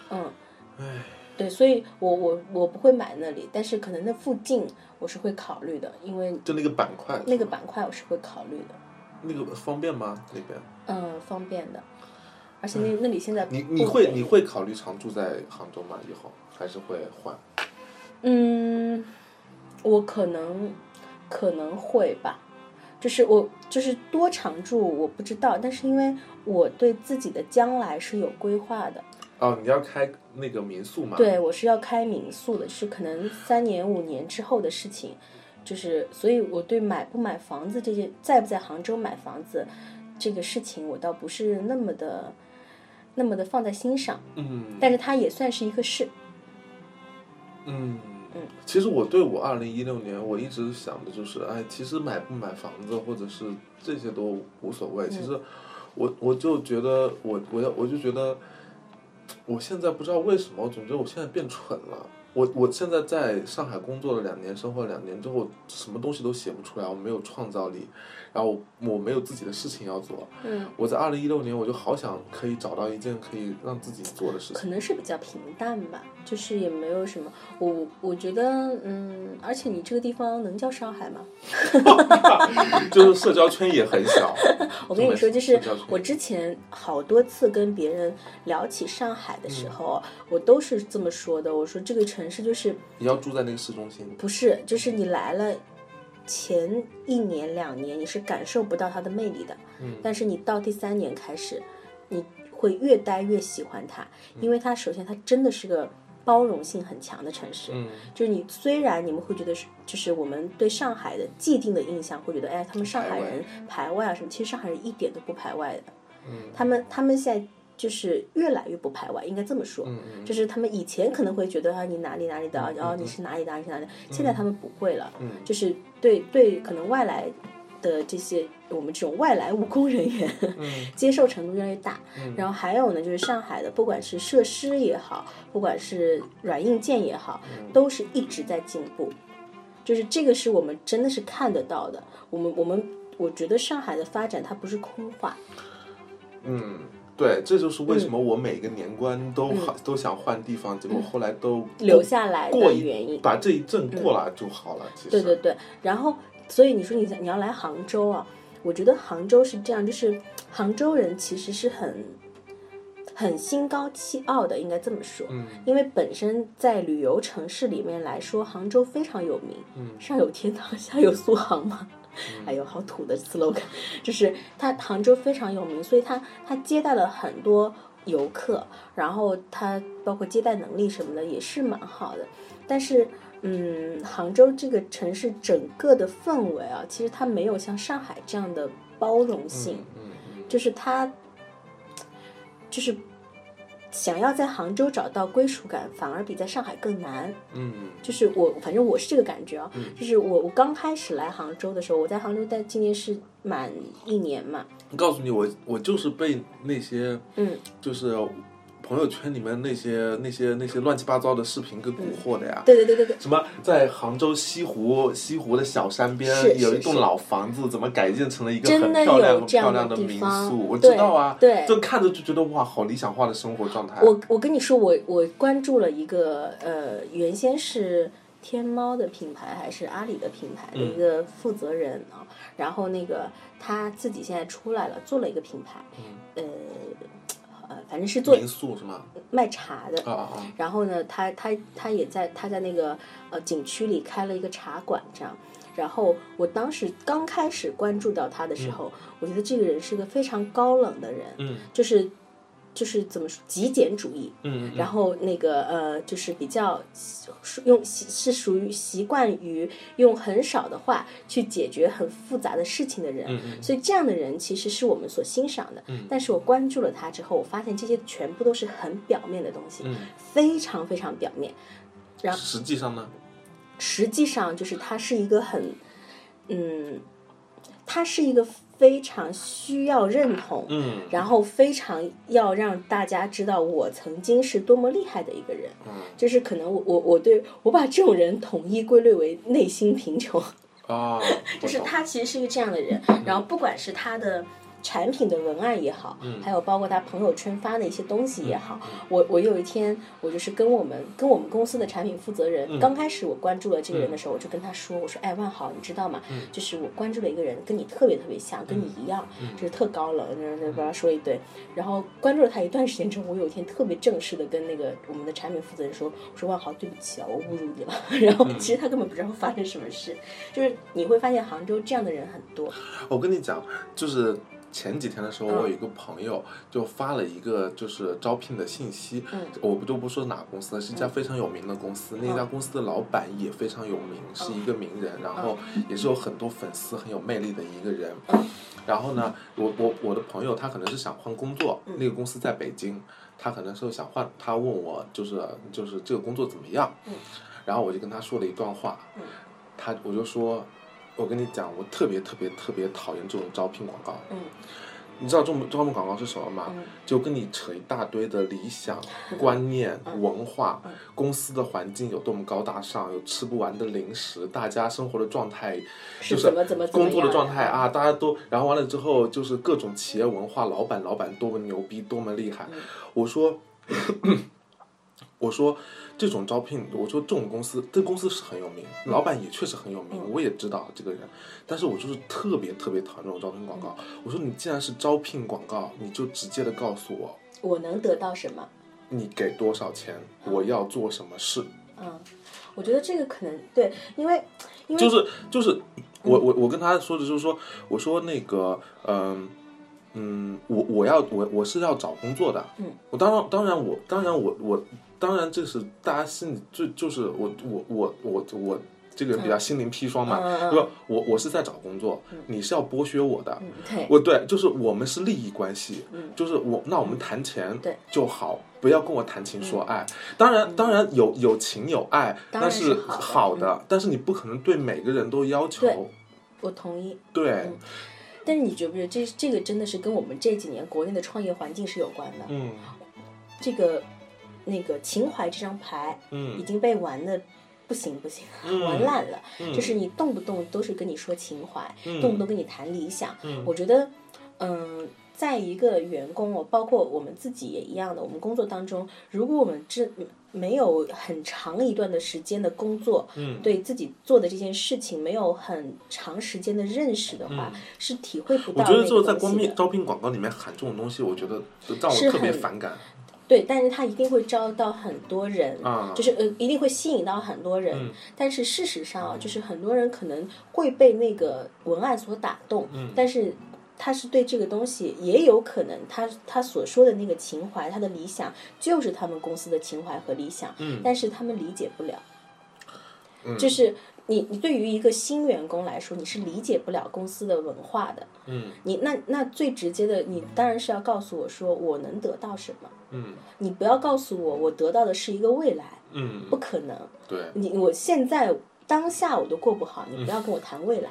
S3: 嗯，
S2: 哎
S3: 对，所以我我我不会买那里，但是可能那附近我是会考虑的，因为
S2: 就那个板块，
S3: 那个板块我是会考虑的，
S2: 那个方便吗？那边
S3: 嗯，方便的，而且那那里现在
S2: 嗯你
S3: 不
S2: 你会
S3: 便宜
S2: 你会考虑常住在杭州吗？以后还是会换？
S3: 嗯，我可能可能会吧，就是我就是多常住我不知道，但是因为我对自己的将来是有规划的，
S2: 哦，你要开那个民宿嘛？，
S3: 对我是要开民宿的，是可能三年五年之后的事情，就是所以我对买不买房子这些，在不在杭州买房子这个事情，我倒不是那么的那么的放在心上，
S2: 嗯
S3: 但是它也算是一个事，
S2: 嗯。其实我对我二零一六年，我一直想的就是，哎，其实买不买房子或者是这些都无所谓。
S3: 嗯
S2: 其实我我就觉得我我要我就觉得，我现在不知道为什么，我总觉得我现在变蠢了。我我现在在上海工作了两年，生活了两年之后，什么东西都写不出来，我没有创造力，然后我没有自己的事情要做。
S3: 嗯，
S2: 我在二零一六年，我就好想可以找到一件可以让自己做的事情。
S3: 可能是比较平淡吧，就是也没有什么，我我觉得嗯，而且你这个地方能叫上海吗？
S2: <laughs> 就是社交圈也很小。
S3: 我跟你说，就是
S2: 社交圈
S3: 我之前好多次跟别人聊起上海的时候，我都是这么说的。我说这个城市就是
S2: 你要住在那个市中心，
S3: 不是，就是你来了前一年两年你是感受不到它的魅力的，
S2: 嗯
S3: 但是你到第三年开始，你会越待越喜欢它，因为它首先它真的是个包容性很强的城市，
S2: 嗯
S3: 就是你虽然你们会觉得是，就是我们对上海的既定的印象会觉得，哎，他们上海人排外啊什么，其实上海人一点都不排外的，
S2: 嗯
S3: 他们他们现在就是越来越不排外，应该这么说。
S2: 嗯嗯
S3: 就是他们以前可能会觉得啊，你哪里哪里的，啊哦，你是哪里哪里哪里的，现在他们不会了，
S2: 嗯
S3: 就是对对，可能外来的这些我们这种外来务工人员，
S2: 嗯
S3: <laughs> 接受程度越来越大。
S2: 嗯
S3: 然后还有呢，就是上海的，不管是设施也好，不管是软硬件也好，
S2: 嗯
S3: 都是一直在进步。就是这个是我们真的是看得到的。我们我们我觉得上海的发展它不是空话，
S2: 嗯，对，这就是为什
S3: 嗯
S2: 么我每个年关都好都想换地方，结果后来都
S3: 留下来
S2: 过
S3: 的原
S2: 一
S3: 因。嗯
S2: 把这一阵过了就好了。其实
S3: 对对对，然后所以你说你想你要来杭州啊，我觉得杭州是这样，就是杭州人其实是很很心高气傲的，应该这么说。
S2: 嗯
S3: 因为本身在旅游城市里面来说，杭州非常有名，
S2: 嗯
S3: 上有天堂， <laughs> 下有苏杭嘛。 <laughs> 哎呦，好土的 slogan，就是 <laughs> 它杭州非常有名，所以它它接待了很多游客，然后它包括接待能力什么的也是蛮好的。但是，嗯，杭州这个城市整个的氛围啊，其实它没有像上海这样的包容性，
S2: 嗯嗯嗯
S3: 就是他，就是想要在杭州找到归属感，反而比在上海更难。
S2: 嗯
S3: 就是我，反正我是这个感觉啊。就是我，我刚开始来杭州的时候，我在杭州待今年是满一年嘛，
S2: 嗯，告诉你，我我就是被那些
S3: 嗯，
S2: 就是朋友圈里面那些那些那些乱七八糟的视频给
S3: 嗯
S2: 蛊惑的呀。
S3: 对对对对对，
S2: 什么在杭州西湖西湖的小山边
S3: 是
S2: 有一
S3: 是
S2: 栋
S3: 是
S2: 老房子，怎么改建成了一个
S3: 真
S2: 很
S3: 的
S2: 漂亮
S3: 有这
S2: 漂
S3: 样的
S2: 亮的
S3: 地
S2: 民
S3: 方
S2: 宿？我
S3: 对
S2: 知道啊，
S3: 对
S2: 就看着就觉得哇，好理想化的生活状态。啊
S3: 我我跟你说，我我关注了一个呃，原先是天猫的品牌还是阿里的品牌的一个负责人啊，然后那个他自己现在出来了，做了一个品牌，呃呃，反正是做
S2: 民宿是吗？
S3: 卖茶的，
S2: 啊啊啊！
S3: 然后呢，他他他也在他在那个呃景区里开了一个茶馆这样。然后我当时刚开始关注到他的时候，我觉得这个人是个非常高冷的人，
S2: 嗯
S3: 就是就是怎么说极简主义，
S2: 嗯
S3: 然后那个呃，就是比较是用习是属于习惯于用很少的话去解决很复杂的事情的
S2: 嗯
S3: 人，所以这样的人其实是我们所欣赏的。但是我关注了他之后，我发现这些全部都是很表面的东西，非常非常表面。
S2: 嗯，实际上呢，
S3: 实际上就是他是一个很，嗯，他是一个非常需要认同，
S2: 嗯
S3: 然后非常要让大家知道我曾经是多么厉害的一个人。
S2: 嗯
S3: 就是可能我我我对我把这种人统一归类为内心贫穷，
S2: 啊，
S3: <laughs> 就是
S2: 我懂嗯
S3: 他其实是一个这样的人，然后不管是他的产品的文案也好，
S2: 嗯
S3: 还有包括他朋友圈发的一些东西也好，我我有一天我就是跟我们跟我们公司的产品负责人，
S2: 嗯
S3: 刚开始我关注了这个人的时候，我就跟他说，我说哎万豪，你知道吗？
S2: 嗯
S3: 就是我关注了一个人，跟你特别特别像，跟你一样，
S2: 嗯
S3: 就是特高冷，然后就把他说一堆。然后关注了他一段时间之后，我有一天特别正式的跟那个我们的产品负责人说，我说万豪，对不起啊，我侮辱你了。 <laughs> 然
S2: 嗯
S3: 后其实他根本不知道发生什么事，就是你会发现杭州这样的人很多，
S2: 我跟你讲，就是前几天的时候，
S3: 嗯
S2: 我有一个朋友就发了一个就是招聘的信息，
S3: 嗯
S2: 我不就不说哪公司了，是一家非常有名的公司，那家公司的老板也非常有名，是
S3: 嗯
S2: 一个名人，然后也是有很多粉丝，很有魅力的一个人。
S3: 嗯
S2: 然后呢，我我我的朋友他可能是想换工作，
S3: 嗯
S2: 那个公司在北京，他可能是想换，他问我就是就是这个工作怎么样，
S3: 嗯
S2: 然后我就跟他说了一段话，
S3: 嗯
S2: 他我就说，我跟你讲，我特别特别特别讨厌这种招聘广告。
S3: 嗯
S2: 你知道这种招聘广告是什么吗？
S3: 嗯
S2: 就跟你扯一大堆的理想、观念、文化、
S3: 嗯
S2: 公司的环境有多么高大上，有吃不完的零食，大家生活的状态
S3: 是
S2: 就是
S3: 怎么怎么怎么
S2: 工作的
S3: 样
S2: 状态啊，大家都然后完了之后就是各种企业文化，老板老板多么牛逼，多么厉害。
S3: 嗯
S2: 我说， <clears throat> 我说这种招聘，我说这种公司，这公司是很有名，老板也确实很有名，
S3: 嗯
S2: 我也知道这个人，但是我就是特别特别讨厌这种招聘广告。
S3: 嗯
S2: 我说你既然是招聘广告，你就直接的告诉我
S3: 我能得到什么？
S2: 你给多少钱，我要做什么事。
S3: 嗯，我觉得这个可能对，因为因为嗯
S2: 就是就是，我我我跟他说的就是说，我说那个，嗯嗯，我我要我我是要找工作的，
S3: 嗯，
S2: 我当然当然我当然我我当然这是大家心里就就是我我我我我这个人比较心灵砒霜嘛，
S3: 嗯嗯嗯
S2: 对吧？我我是在找工作，你是要剥削我的，
S3: 嗯对
S2: 我对，就是我们是利益关系，
S3: 嗯
S2: 就是我那我们谈钱
S3: 对嗯
S2: 就好，不要跟我谈情说爱。当然，当然有有情有爱，
S3: 当
S2: 那
S3: 然是
S2: 是
S3: 好的嗯
S2: 好的，但是你不可能对每个人都要求。
S3: 我同意。
S2: 对，
S3: 但是你觉不觉得这这个真的是跟我们这几年国内的创业环境是有关的？
S2: 嗯
S3: 这个那个情怀这张牌已
S2: 嗯
S3: 经被玩的不行不行，
S2: 嗯
S3: 玩烂了。
S2: 嗯，
S3: 就是你动不动都是跟你说情怀，
S2: 嗯
S3: 动不动跟你谈理想。
S2: 嗯
S3: 我觉得，嗯，在一个员工哦，包括我们自己也一样的，我们工作当中，如果我们这没有很长一段的时间的工作，
S2: 嗯
S3: 对自己做的这件事情没有很长时间的认识的话，是体会不
S2: 嗯我
S3: 到
S2: 觉得
S3: 那
S2: 就是
S3: 个
S2: 在
S3: 东
S2: 光
S3: 西
S2: 面
S3: 的。
S2: 招聘广告里面喊这种东西，我觉得让
S3: 是
S2: 我特别
S3: 很
S2: 反感。
S3: 对，但是他一定会招到很多人，
S2: 啊
S3: 就是呃，一定会吸引到很多人。
S2: 嗯
S3: 但是事实上啊，就是很多人可能会被那个文案所打动，
S2: 嗯
S3: 但是。他是对这个东西也有可能他，他所说的那个情怀，他的理想就是他们公司的情怀和理想，
S2: 嗯
S3: 但是他们理解不了。
S2: 嗯
S3: 就是你，你对于一个新员工来说，你是理解不了公司的文化的。
S2: 嗯
S3: 你那那最直接的，你当然是要告诉我说我能得到什么。
S2: 嗯
S3: 你不要告诉我我得到的是一个未来，
S2: 嗯
S3: 不，可能。
S2: 对，
S3: 你我现在当下我都过不好，你不要跟我谈未来。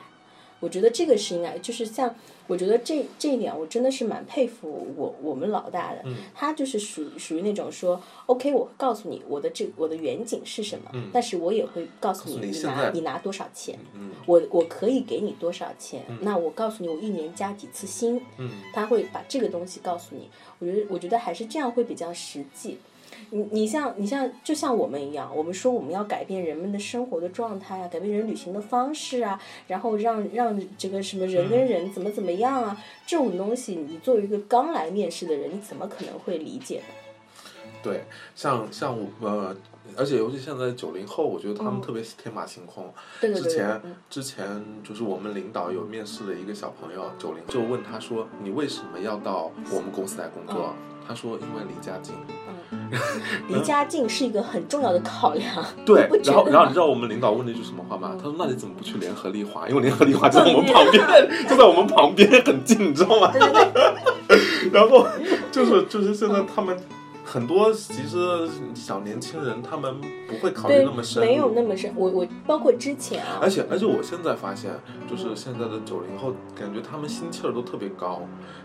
S3: 我觉得这个是应该，就是像我觉得这这一点，我真的是蛮佩服我我们老大的。他就是属于属于那种说，OK，我会告诉你我的这我的远景是什么，但是我也会告诉
S2: 告诉
S3: 你
S2: 你
S3: 你
S2: 现
S3: 拿
S2: 在
S3: 你拿多少钱，
S2: 嗯
S3: 我我可以给你多少钱，那我告诉你我一年加几次薪，
S2: 嗯
S3: 他会把这个东西告诉你。我觉得，我觉得还是这样会比较实际。你你像你像就像我们一样，我们说我们要改变人们的生活的状态啊，改变人旅行的方式啊，然后让让这个什么人
S2: 嗯
S3: 跟人怎么怎么样啊，这种东西，你作为一个刚来面试的人，你怎么可能会理解呢？
S2: 对，像像我呃，而且尤其现在九零后，我觉得他们
S3: 嗯
S2: 特别天马行空。
S3: 对
S2: 之
S3: 对对对，
S2: 前
S3: 嗯
S2: 之前就是我们领导有面试了一个小朋友，九零，就问他说：“你为什么要到我们公司来工作？”
S3: 嗯
S2: 他说：“因为离家近。
S3: 离家近是一个很重要的考量。”
S2: 对
S3: 不，觉
S2: 然后
S3: 得嗯
S2: 然后
S3: 吗
S2: 你知道我们领导问了一句什么话吗？他说：“那你怎么不去联合利华？ <laughs> 因为联合利华就在我们旁边， <laughs> 就在我们旁 <laughs> 边很近，你知道吗？”然后就是就是现在他们很多其实小年轻人他们不会 <laughs> 考虑
S3: 对
S2: 那么，深，
S3: 没有那么深。我我包括之前啊
S2: 而，且而且我现在发现，就是现在的九零后，感觉他们心气儿都特别高。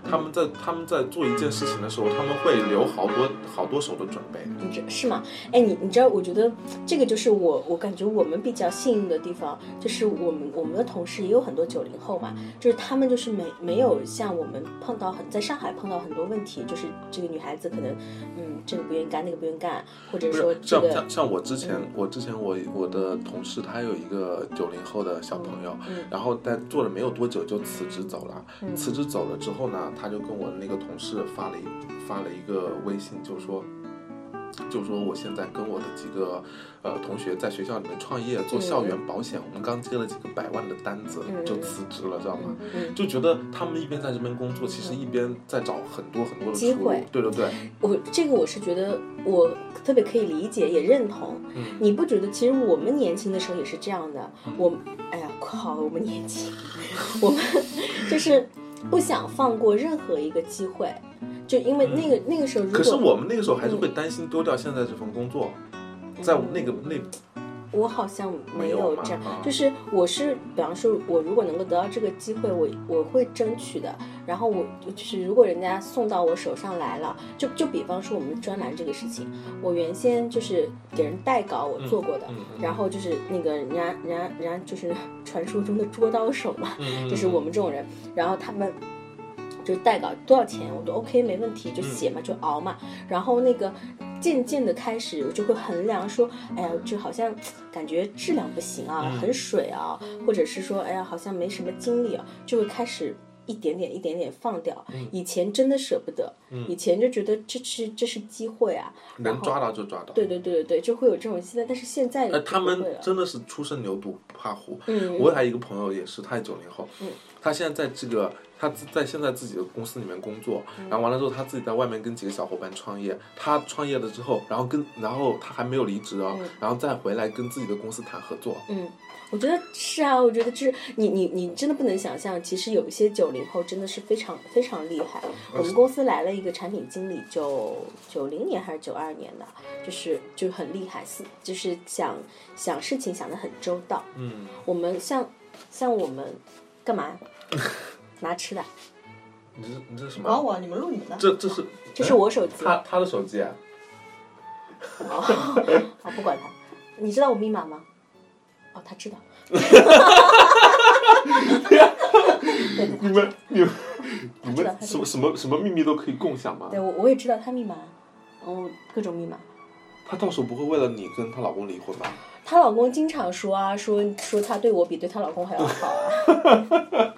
S2: 他们在他们在做一件事情的时候，他们会留好多好多手的准备。
S3: 你知是吗？哎，你你知道，我觉得这个就是我，我感觉我们比较幸运的地方，就是我们我们的同事也有很多九零后嘛，就是他们就是没没有像我们碰到很在上海碰到很多问题，就是这个女孩子可能嗯这个不愿意干，那个不愿意干，或者
S2: 不
S3: 说嗯
S2: 是
S3: 这
S2: 像
S3: 个
S2: 像像我之前，我之前我我的同事他有一个九零后的小朋友，
S3: 嗯
S2: 然后但做了没有多久就辞职走了。
S3: 嗯
S2: 辞职走了之后呢，他就跟我那个同事发了一发了一个微信，就说。就说我现在跟我的几个呃同学在学校里面创业做校园保险，我们刚接了几个百万的单子，
S3: 嗯
S2: 就辞职了，知道吗？
S3: 嗯。
S2: 就觉得他们一边在这边工作，其实一边在找很多很多的
S3: 机
S2: 出路
S3: 会
S2: 对对
S3: <laughs>
S2: 对，
S3: 我这个我是觉得我特别可以理解，也认同。
S2: 嗯
S3: 你不觉得其实我们年轻的时候也是这样的？我哎呀，靠，我们年轻， <laughs> 我们就是不想放过任何一个机会，就因为那个、那个时候如果
S2: 嗯
S3: 嗯
S2: 可是我们那个时候还是会担心丢掉现在这份工作，在那个那
S3: 我好像没有这样
S2: 没有吗啊，
S3: 就是我是，比方说，我如果能够得到这个机会，我我会争取的。然后我就是，如果人家送到我手上来了，就就比方说我们专栏这个事情，我原先就是给人代稿，我做过的。
S2: 嗯嗯
S3: 然后就是那个人家人家人家就是传说中的捉刀手嘛，
S2: 嗯
S3: 就是我们这种人，然后他们就代稿多少钱我都 OK 没问题，就写
S2: 嗯
S3: 嘛，就熬嘛。然后那个渐渐的开始，我就会衡量说，哎呀，就好像感觉质量不行啊，
S2: 嗯
S3: 很水啊，或者是说，哎呀，好像没什么精力啊，就会开始。一点点一点点放掉，
S2: 嗯
S3: 以前真的舍不得，以前就觉得这是这是机会啊，然
S2: 能
S3: 后
S2: 抓到就抓到。
S3: 对对对对对，就会有这种心态，但是现在
S2: 呃，
S3: 就
S2: 他
S3: 不会
S2: 们
S3: 了
S2: 真的是初生牛犊不怕虎。
S3: 嗯
S2: 我还有一个朋友也是，他也九零后，他现在在这个他自在现在自己的公司里面工作，
S3: 嗯
S2: 然后完了之后他自己在外面跟几个小伙伴创业。他创业了之后，然后跟然后他还没有离职哦，然后再回来跟自己的公司谈合作。
S3: 嗯，我觉得是啊，我觉得这你你你真的不能想象，其实有一些九零后真的是非常非常厉害。我们公司来了一个产品经理，九九零年还是九二年的，就是就很厉害，思就是想想事情想得很周到。
S2: 嗯，
S3: 我们像像我们干嘛拿吃的？
S2: 你这你这是什
S4: 管
S2: 么？
S4: 我，你们录你们的。
S2: 这这是
S3: 这是哦我手机，
S2: 他他的手机啊？
S3: 哦， <laughs> 好不管他。你知道我密码吗？哦，他知道。 <laughs> 对对
S2: 你们你们你
S3: 知道
S2: 们
S3: 他
S2: 什
S3: 知
S2: 么
S3: 道
S2: 什么什么秘密都可以共享吗？
S3: 对，我我也知道他密码，嗯，各种密码。
S2: 她到时候不会为了你跟她老公离婚吧？
S3: 她老公经常说啊，说说她对我比对她老公还要好啊，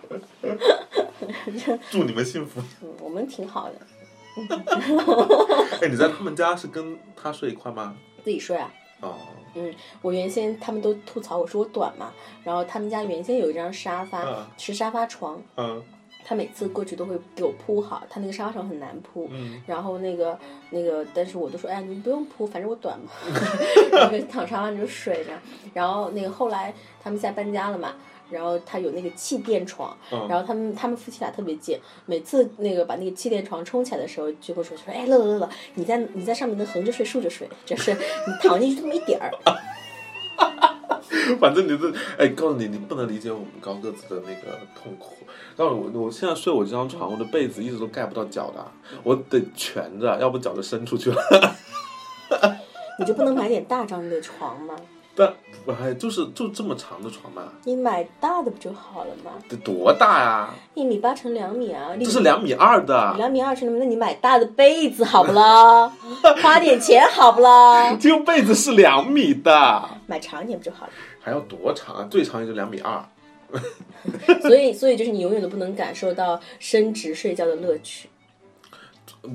S3: <laughs>
S2: 祝你们幸福。
S3: 嗯我们挺好的，
S2: <laughs> 哎，你在他们家是跟她睡一块吗？
S3: 自己睡啊。
S2: 哦，
S3: 嗯，我原先他们都吐槽我说我短嘛，然后他们家原先有一张沙发、
S2: 嗯
S3: 是沙发床，
S2: 嗯
S3: 他每次过去都会给我铺好，他那个沙发床很难铺，
S2: 嗯， <laughs>
S3: 然后那个那个，但是我都说，哎，你不用铺，反正我
S2: <laughs>
S3: 短嘛，然后就躺沙发上就睡着。然后那个后来他们现在搬家了嘛，然后他有那个气垫床，
S2: 嗯
S3: 然后他们他们夫妻俩特别贱，每次那个把那个气垫床冲起来的时候，就会说说，哎，乐乐乐乐，你在你在上面能横着睡竖着睡，就是你躺进去这么一点儿，
S2: 反正你这，哎，告诉你，你不能理解我们高个子的那个痛苦。但我我现在睡我这张床，我的被子一直都盖不到脚的，啊
S3: 嗯
S2: 我得蜷着，要不脚就伸出去了。 <laughs>
S3: 你就不能买点大张的床吗？
S2: 但哎，就是就这么长的床嘛，
S3: 你买大的不就好了吗？
S2: 得多大呀、
S3: 一米八乘两米啊，
S2: 这
S3: 这
S2: 是两米二的，
S3: 两米二十那你买大的被子好不啦？花点钱好不啦？
S2: 这个被子是两米的，
S3: 买长一点不就好了？
S2: 还要多长啊？最长也就两米二。
S3: 所以，所以就是你永远都不能感受到伸直睡觉的乐趣。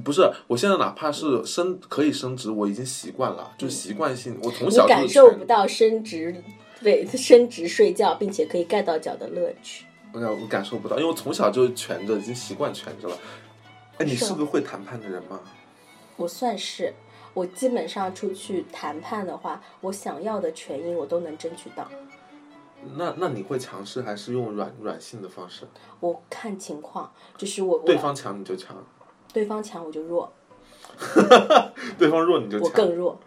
S2: 不是，我现在哪怕是升可以升职，我已经习惯了，就习惯性。我从
S3: 你
S2: 小就是
S3: 感受
S2: 全
S3: 不，到伸直对伸直睡觉，并且可以盖到脚的乐趣。
S2: 哎呀我感受不到，因为我从小就蜷着，已经习惯蜷着了。哎，你
S3: 是
S2: 是个会谈判的人吗？
S3: 我算是，我基本上出去谈判的话，我想要的权益我都能争取到。
S2: 那那你会强势还是用软软性的方式？
S3: 我看情况，就是我我
S2: 对方强你就强。 <laughs>
S3: 对方强我就弱。
S2: 对方弱你就
S3: 我
S2: <laughs> 强
S3: 更。弱。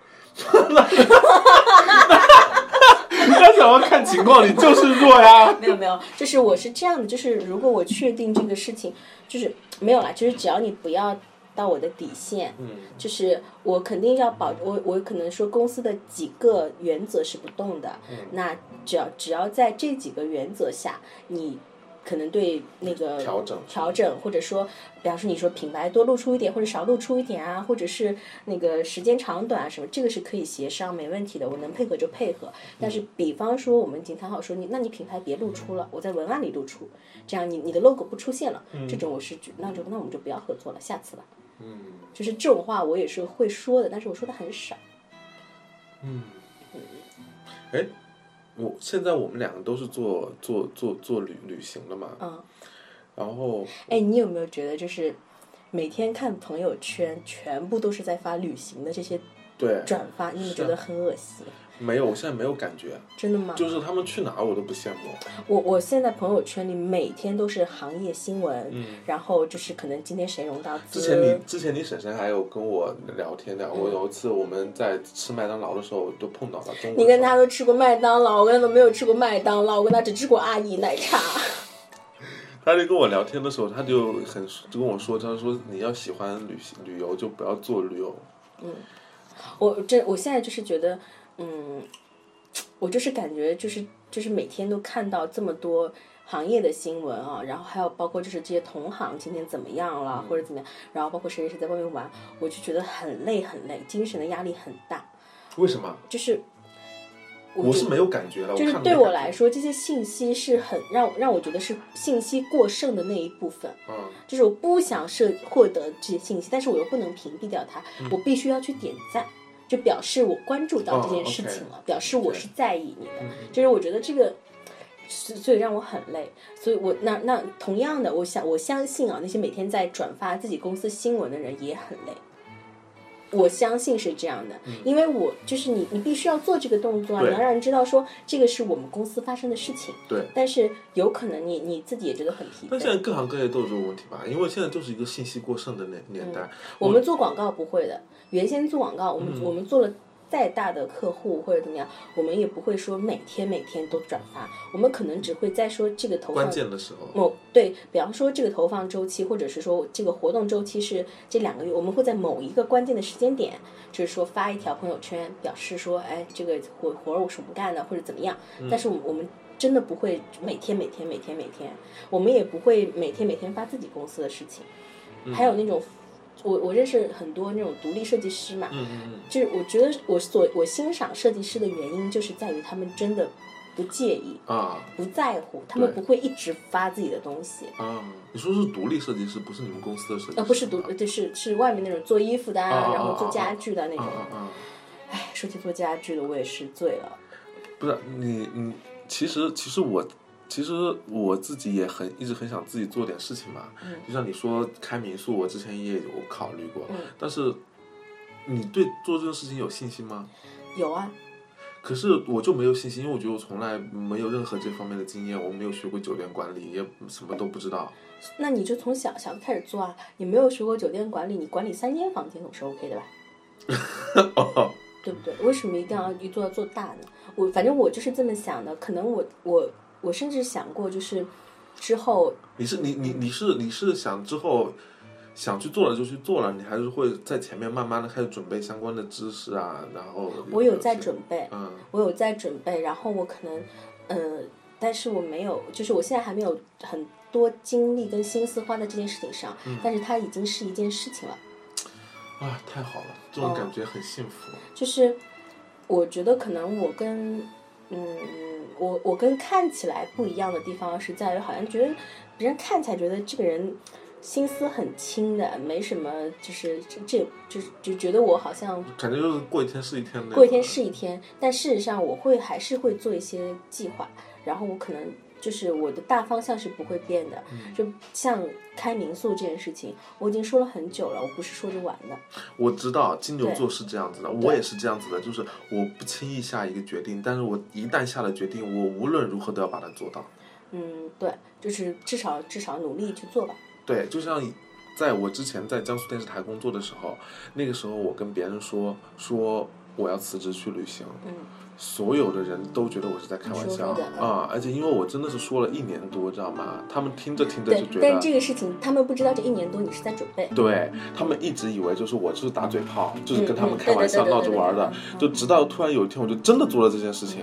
S2: 那怎么看情况？你就是弱
S3: <laughs>
S2: 呀。
S3: 没有没有，就是我是这样的，就是如果我确定这个事情，就是没有啦，就是只要你不要到我的底线，
S2: 嗯
S3: 就是我肯定要保，我我可能说公司的几个原则是不动的，
S2: 嗯
S3: 那只要只要在这几个原则下，你可能对那个
S2: 调整
S3: 调整，或者说，比方说你说品牌多露出一点，或者少露出一点啊，或者是那个时间长短啊什么，这个是可以协商，没问题的，我能配合就配合。但
S2: 嗯
S3: 是比方说我们已经谈好说你，那你品牌别露出了，我在文案里露出，这样你你的 logo 不出现了，这种我是觉那就那我们就不要合作了，下次吧。
S2: 嗯
S3: 就是这种话我也是会说的，但是我说的很少。
S2: 嗯。哎，我现在我们两个都是做做做做旅旅行了嘛，
S3: 嗯，
S2: 然后
S3: 哎，你有没有觉得就是每天看朋友圈，全部都是在发旅行的这些
S2: 对
S3: 转发，你有没有觉得很恶心？
S2: 没有，我现在没有感觉，
S3: 真的吗？
S2: 就是他们去哪儿我都不羡慕。
S3: 我我现在朋友圈里每天都是行业新闻，然后就是可能今天谁融到
S2: 嗯之
S3: 资，
S2: 前你之前你婶婶还有跟我聊天
S3: 嗯
S2: 聊过，有一次我们在吃麦当劳的时候都碰到了。中午的
S3: 你跟
S2: 时候
S3: 他都吃过麦当劳，我跟他都没有吃过麦当劳，我跟他只吃过阿姨奶茶。
S2: 他就跟我聊天的时候，他就很就跟我说，他说你要喜欢旅行旅游就不要做旅游，
S3: 我这我现在就是觉得，嗯，我就是感觉就是就是每天都看到这么多行业的新闻啊，然后还有包括就是这些同行今天怎么样了、
S2: 嗯
S3: 或者怎么样，然后包括谁谁谁在外面玩，我就觉得很累很累，精神的压力很大，
S2: 为什么？
S3: 就是
S2: 我是没有感觉了，
S3: 就
S2: 看
S3: 是
S2: 都没
S3: 对我
S2: 感觉
S3: 来，说，这些信息是很让让我觉得是信息过剩的那一部分。
S2: 嗯
S3: 就是我不想摄获得这些信息，但是我又不能屏蔽掉它，我必须要去点赞，就表示我关注到这件事情了，
S2: 嗯哦，OK，嗯
S3: 表示我是在意你的。就是我觉得这个，所所以让我很累。所以我那那同样的，我想我相信啊，那些每天在转发自己公司新闻的人也很累。我相信是这样的，因为我就是你，你必须要做这个动作啊，
S2: 嗯对
S3: 你要让人知道说这个是我们公司发生的事情。
S2: 对。
S3: 但是有可能你你自己也觉得很疲
S2: 但现
S3: 惫。
S2: 在各行各业都有这个问题吧，因为现在就是一个信息过剩的年年代。
S3: 嗯我们做广告不会的，原先做广告，我们、
S2: 嗯
S3: 我们做了。再大的客户或者怎么样，我们也不会说每天每天都转发，我们可能只会在说这个投
S2: 关
S3: 放
S2: 键的时候，
S3: 某对，比方说这个投放周期，或者是说这个活动周期是这两个月，我们会在某一个关键的时间点，就是说发一条朋友圈，表示说，哎，这个活活儿我是我们干的，或者怎么样。但是我们我们真的不会每天每天每天每天，我们也不会每天每天发自己公司的事情。还有那种，我我认识很多那种独立设计师嘛，
S2: 嗯嗯
S3: 就是我觉得我所我欣赏设计师的原因，就是在于他们真的不介意。
S2: 嗯啊
S3: 不在乎，他们不
S2: 对
S3: 会一直发自己的东西。
S2: 啊！你说是独立设计师，不是你们公司的设计师？
S3: 呃，不是独，对，是是外面那种做衣服的啊，
S2: 啊
S3: 然后做家具的那
S2: 啊
S3: 种。
S2: 啊啊！
S3: 哎，说起做家具的，我也是醉了。
S2: 不是你你，其实其实我其实我自己也很一直很想自己做点事情嘛。
S3: 嗯
S2: 就像你说开民宿，我之前也有考虑过，
S3: 嗯
S2: 但是你对做这件事情有信心吗？
S3: 有啊，
S2: 可是我就没有信心，因为我觉得我从来没有任何这方面的经验，我没有学过酒店管理，也什么都不知道。 <laughs>
S3: 那你就从小小开始做啊。你没有学过酒店管理，你管理三间房间总是 OK 的吧？
S2: 哦，
S3: 对不对？为什么一定要一做要做大呢？我反正我就是这么想的。可能我我我甚至想过，就是之后
S2: 你是你你你是你是想之后想去做了就去做了，你还是会在前面慢慢的开始准备相关的知识啊，然后
S3: 我有在准备，
S2: 嗯
S3: 我有在准备，然后我可能，呃，但是我没有，就是我现在还没有很多精力跟心思花在这件事情上，但是它已经是一件事情了。
S2: 啊，太好了，这
S3: 哦
S2: 种感觉很幸福。
S3: 就是我觉得可能我跟，嗯，我我跟看起来不一样的地方是在于，好像觉得别人看起来觉得这个人。心思很轻的，没什么，就是这这就是就觉得我好像
S2: 感觉就是过一天是一天的，
S3: 过一天是一天，但事实上我会还是会做一些计划，然后我可能就是我的大方向是不会变的，
S2: 嗯
S3: 就像开民宿这件事情，我已经说了很久了，我不是说着玩的，
S2: 我知道金牛座是这样子的，我也是这样子的，就是我不轻易下一个决定，但是我一旦下了决定，我无论如何都要把它做到。
S3: 嗯，对，就是至少至少努力去做吧，
S2: 对，就像在我之前在江苏电视台工作的时候，那个时候我跟别人说说我要辞职去旅行，
S3: 嗯
S2: 所有的人都觉得我是在开玩笑
S3: 说的
S2: 啊、而且因为我真的是说了一年多，知道吗？他们听着听着
S3: 对
S2: 就觉，
S3: 但
S2: 得。
S3: 这个事情他们不知道，这一年多你是在准备。
S2: 对他们一直以为就是我就是打嘴炮，就是跟他们开
S3: 嗯嗯
S2: 玩笑
S3: 对对对
S2: 闹着玩的，就直到突然有一天我就真的做了这件事情，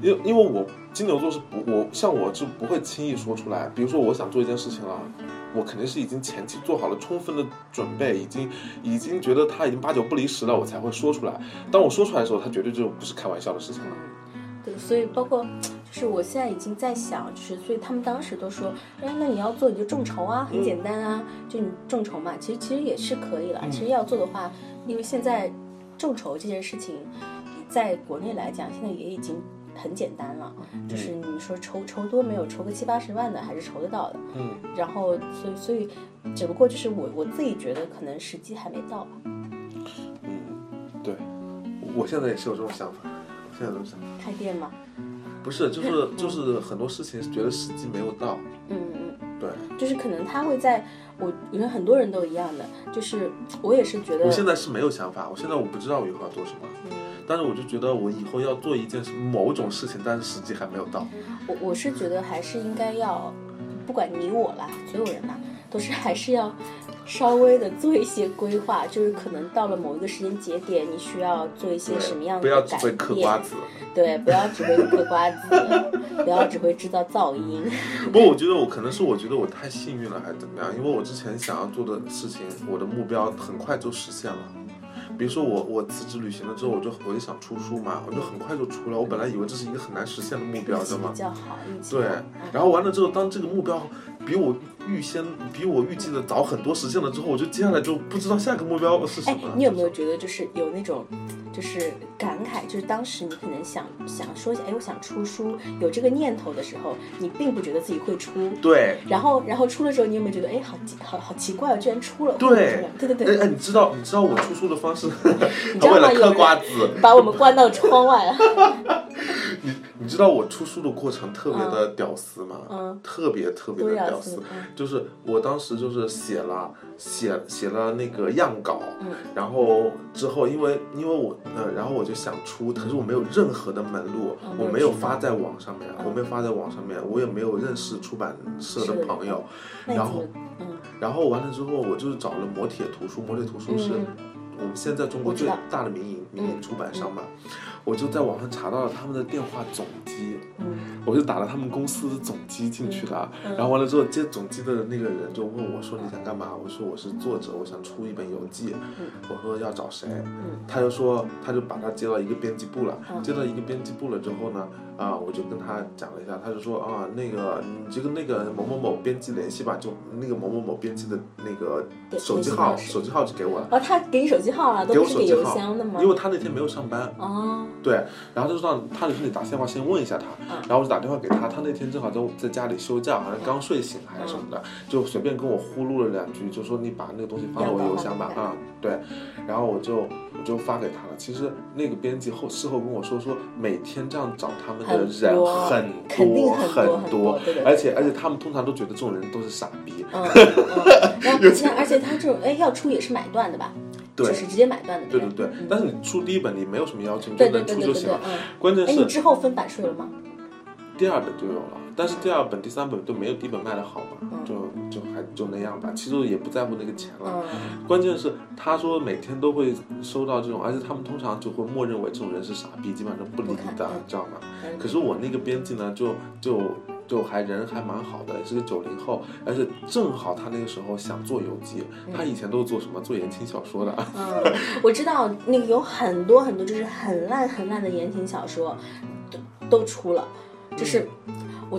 S2: 因为因为我金牛座是不我像我是不会轻易说出来，比如说我想做一件事情了。我肯定是已经前期做好了充分的准备，已经已经觉得他已经八九不离十了，我才会说出来。当我说出来的时候，他绝对就不是开玩笑的事情了。
S3: 对，所以包括就是我现在已经在想，就是所以他们当时都说，哎，那你要做你就众筹啊，很简单啊，就你众筹嘛，其实其实也是可以了。其实要做的话，因为现在众筹这件事情，在国内来讲，现在也已经。很简单了，就是你说筹筹多没有，筹个七八十万的还是筹得到的。
S2: 嗯，
S3: 然后，所以所以，只不过就是我我自己觉得可能时机还没到吧。
S2: 嗯，对，我现在也是有这种想法，我现在有这种想法，
S3: 开店嘛，
S2: 不是就是就是很多事情觉得时机没有到，
S3: 嗯嗯。
S2: 对。
S3: 就是可能他会在我，我觉得很多人都一样的，就是我也是觉得，嗯
S2: 我现在是没有想法，我现在我不知道我以后要做什么，但是我就觉得我以后要做一件某种事情，但是时机还没有到。
S3: 我我是觉得还是应该要，不管你我啦，所有人啦，都是还是要稍微的做一些规划，就是可能到了某一个时间节点，你需要做一些什么样
S2: 不
S3: 的
S2: 要只
S3: 改
S2: 会
S3: 变，
S2: 嗑瓜
S3: <laughs>
S2: 子。
S3: 对，不要只会嗑瓜子， <laughs> 不要只会制造噪音，
S2: 不过我觉得我可能是我觉得我太幸运了，还是怎么样？因为我之前想要做的事情，我的目标很快就实现了。比如说我我辞职旅行了之后，我就我就想出书嘛，我就很快就出了。我本来以为这是一个很难实现的目标，
S3: 运
S2: 知
S3: 气
S2: 道吗
S3: <laughs> 比？较好，运气
S2: 对
S3: 好，
S2: 然后完了之后，当这个目标比我预先比我预计的早很多实现了之后，我就接下来就不知道下一个目标是什
S3: 哎
S2: 么。，
S3: 你有没有觉得就是有那种，就是感慨，就是当时你可能想想说，哎，我想出书，有这个念头的时候，你并不觉得自己会出，
S2: 对
S3: 然后然后出了之后，你有没有觉得，哎，好奇好好奇怪，我哦居然出了，
S2: 对
S3: 对对
S2: 哎哎，
S3: 对，
S2: 你知道你知道我出书的方式，
S3: 你知
S2: <laughs>
S3: 道
S2: 为
S3: 吗？
S2: 了
S3: 有
S2: 嗑
S3: 人
S2: 瓜子，
S3: 把我们关到窗外啊
S2: <laughs>
S3: 了，
S2: 你你知道我出书的过程特别的屌丝吗？
S3: 嗯
S2: 特别特别
S3: 多
S2: 的
S3: 屌
S2: 屌
S3: 丝嗯
S2: 就是我当时就是写了写写了那个样稿，
S3: 嗯
S2: 然后之后因为因为我呃，然后我就想出，可是我没有任何的门路，
S3: 嗯
S2: 我没
S3: 没有
S2: 有
S3: 渠道嗯
S2: 发在网上面，我没有发在网上面，我也没有认识出版社
S3: 是
S2: 的
S3: 的
S2: 朋友，
S3: 那你
S2: 然
S3: 怎么
S2: 后，
S3: 嗯，
S2: 然后完了之后，我就是找了磨铁图书，磨铁图书是
S3: 嗯
S2: 我们现在中国
S3: 我知
S2: 最
S3: 道嗯
S2: 大的民营民营出版商嘛，我就在网上查到了他们的电话总机，
S3: 嗯
S2: 我就打了他们公司的总机进去的，啊然后完了之后接总机的那个人就问我说你想干嘛？我说我是作者，我想出一本游记，我说要找谁？
S3: 嗯
S2: 他就说，他就把他接到一个编辑部了，
S3: 嗯
S2: 接到一个编辑部了之后呢，啊、我就跟他讲了一下，他就说啊，那个你就跟那个某某某编辑联系吧，就那个某某某编辑的那个
S3: 对
S2: 手机
S3: 联系
S2: 号，
S3: 方式
S2: 手机号就给我了，
S3: 哦，他给你手机号啊了，都
S2: 给
S3: 不
S2: 我
S3: 是
S2: 手
S3: 给
S2: 机
S3: 邮
S2: 号
S3: 箱的吗，？
S2: 因为他那天没有上班，
S3: 哦，
S2: 对，然后他就让他就说你打电话先问一下他，
S3: 嗯
S2: 然后我就打电话给他，他那天正好在在家里休假，好像刚睡醒还是什么
S3: 嗯
S2: 的，就随便跟我呼噜了两句，就说你把那个东西发到我邮箱吧
S3: 要发
S2: 啊，对，然后我就我就发给他了。其实那个编辑后事后跟我说说，每天这样找他们的
S3: 很
S2: 人
S3: 多
S2: 很
S3: 肯定很
S2: 很
S3: 多很多对对
S2: 而且而且他们通常都觉得这种人都是傻逼，
S3: 嗯，
S2: <laughs>
S3: 嗯然后而且而且他这种，哎，要出也是买断的吧？
S2: 对
S3: 就是直接买断的，
S2: 对
S3: 不
S2: 对对。但是你出第一本你没有什么要求，你
S3: 对
S2: 就
S3: 对
S2: 能
S3: 对
S2: 出
S3: 对
S2: 就
S3: 对对，
S2: 行了。
S3: 嗯。
S2: 关键
S3: 哎，你
S2: 是
S3: 之后分版税了吗？
S2: 第二本就有了，但是第二本、第三本都没有第一本卖的好嘛，
S3: 嗯
S2: 就就还就那样吧。其实也不在乎那个钱了，
S3: 嗯，
S2: 关键是他说每天都会收到这种，而且他们通常就会默认为这种人是傻逼，基本上都不理
S3: 不
S2: 的
S3: 看嗯，
S2: 知道吗？
S3: 嗯
S2: 可是我那个编辑呢，就就。就还人还蛮好的，是个九零后，而且正好他那个时候想做游记，他以前都是做什么做言情小说的， <laughs>
S3: 嗯，我知道那个有很多很多就是很烂很烂的言情小说，都都出了，就是我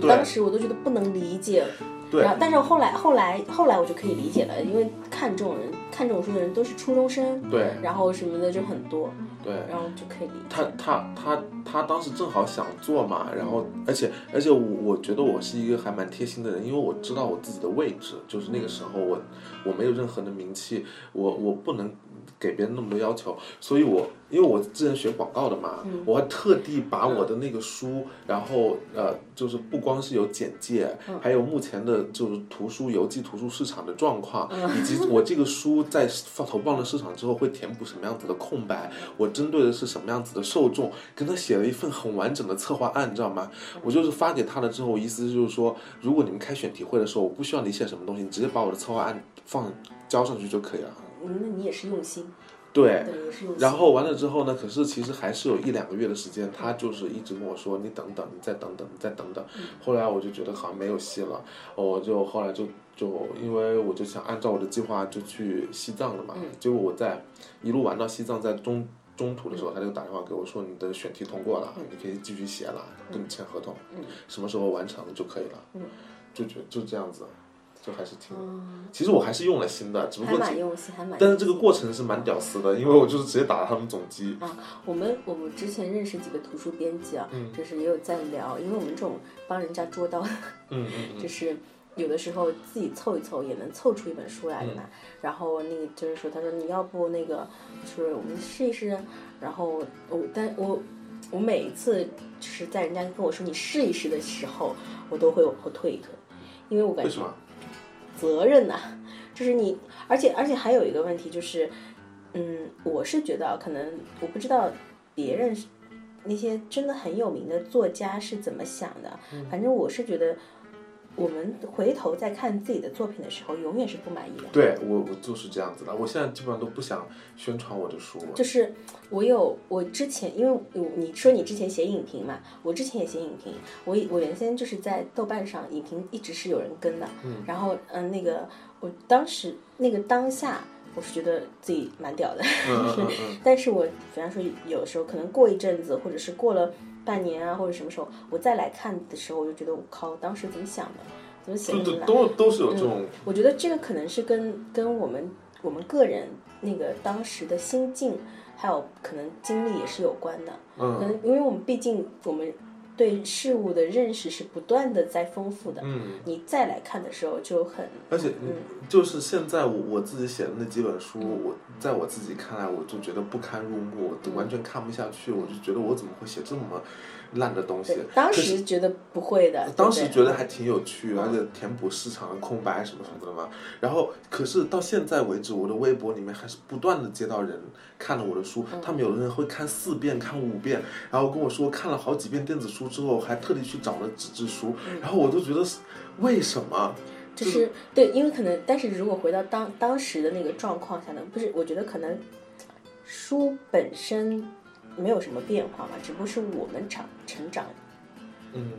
S2: 嗯对
S3: 当时我都觉得不能理解。
S2: 对
S3: 然后但是后来后来后来我就可以理解了，因为看这种人看这种书的人都是初中生，
S2: 对
S3: 然后什么的就很多，
S2: 对，
S3: 然后就可以理解。
S2: 他他他他当时正好想做嘛，然后而且而且我我觉得我是一个还蛮贴心的人，因为我知道我自己的位置，就是那个时候我我没有任何的名气，我我不能给别人那么多要求，所以我因为我之前学广告的嘛，我还特地把我的那个书，然后呃，就是不光是有简介，还有目前的就是图书邮寄图书市场的状况，以及我这个书在放投放了市场之后会填补什么样子的空白，我针对的是什么样子的受众，跟他写了一份很完整的策划案，你知道吗？我就是发给他了之后，我意思就是说，如果你们开选题会的时候，我不需要你写什么东西，你直接把我的策划案放交上去就可以了。
S3: 嗯，那你也是用心，
S2: 对，
S3: 对，也是用心。
S2: 然后完了之后呢，可是其实还是有一两个月的时间，他就是一直跟我说你等等，你再等等，你再等等。
S3: 嗯
S2: 后来我就觉得好像没有戏了，我就后来就就因为我就想按照我的计划就去西藏了
S3: 嗯
S2: 嘛，结果我在一路玩到西藏，在中中途的时
S3: 嗯
S2: 候，他就打电话给我说你的选题通过了，你可以继续写了，跟你签合同，
S3: 嗯
S2: 什么时候完成就可以了，就觉就这样子。就还是挺，其实我还是用了心的，只不
S3: 嗯还
S2: 过
S3: 蛮用心，还蛮用心。
S2: 但是这个过程是蛮屌丝的，因为我就是直接打了他们总机。
S3: 啊，我们我们之前认识几个图书编辑啊，就是也有在聊，因为我们这种帮人家捉到，
S2: 嗯嗯
S3: 就是有的时候自己凑一凑也能凑出一本书来的嘛。然后那个就是说，他说你要不那个，就是我们试一试。然后我，但我我每一次就是在人家跟我说你试一试的时候，我都会往后退一退，因为我
S2: 嗯，
S3: 感
S2: 为
S3: 觉
S2: 什么？
S3: 责任呐、就是你，而且而且还有一个问题就是，嗯，我是觉得啊可能我不知道别人是那些真的很有名的作家是怎么想的，反正我是觉得。我们回头再看自己的作品的时候，永远是不满意的。
S2: 对我我就是这样子的，我现在基本上都不想宣传我的书了。
S3: 就是我有我之前，因为我你说你之前写影评嘛，我之前也写影评，我我原先就是在豆瓣上影评一直是有人跟的，然后嗯、那个我当时那个当下，我是觉得自己蛮屌的， <laughs>
S2: 嗯嗯嗯嗯，
S3: 但是我比方说有的时候可能过一阵子，或者是过了半年啊，或者什么时候我再来看的时候，我就觉得我靠，当时怎么想的，怎么写
S2: 对
S3: 的
S2: 对，
S3: 来。
S2: 都都是有这种，
S3: 我觉得这个可能是跟跟我们我们个人那个当时的心境，还有可能经历也是有关的。可
S2: 嗯
S3: 能因为我们毕竟我们对事物的认识是不断的在丰富的，
S2: 嗯，
S3: 你再来看的时候就很
S2: 而且
S3: 嗯
S2: 就是现在我我自己写的那几本书，我在我自己看来，我就觉得不堪入目，我都完全看不下去，我就觉得我怎么会写这么烂的东西
S3: 对。，当
S2: 可是
S3: 时觉得不会的，
S2: 当时
S3: 对不对
S2: 觉得还挺有趣，而且填补市场的空白什么什么的嘛。然后，可是到现在为止，我的微博里面还是不断的接到人看了我的书，
S3: 嗯
S2: 他们有的人会看四遍、看五遍，然后跟我说看了好几遍电子书之后，还特地去找了纸质书，
S3: 嗯
S2: 然后我都觉得是为什么？
S3: 就是对，因为可能，但是如果回到当当时的那个状况下呢，不是，我觉得可能书本身没有什么变化嘛，只不过是我们长成长
S2: 嗯，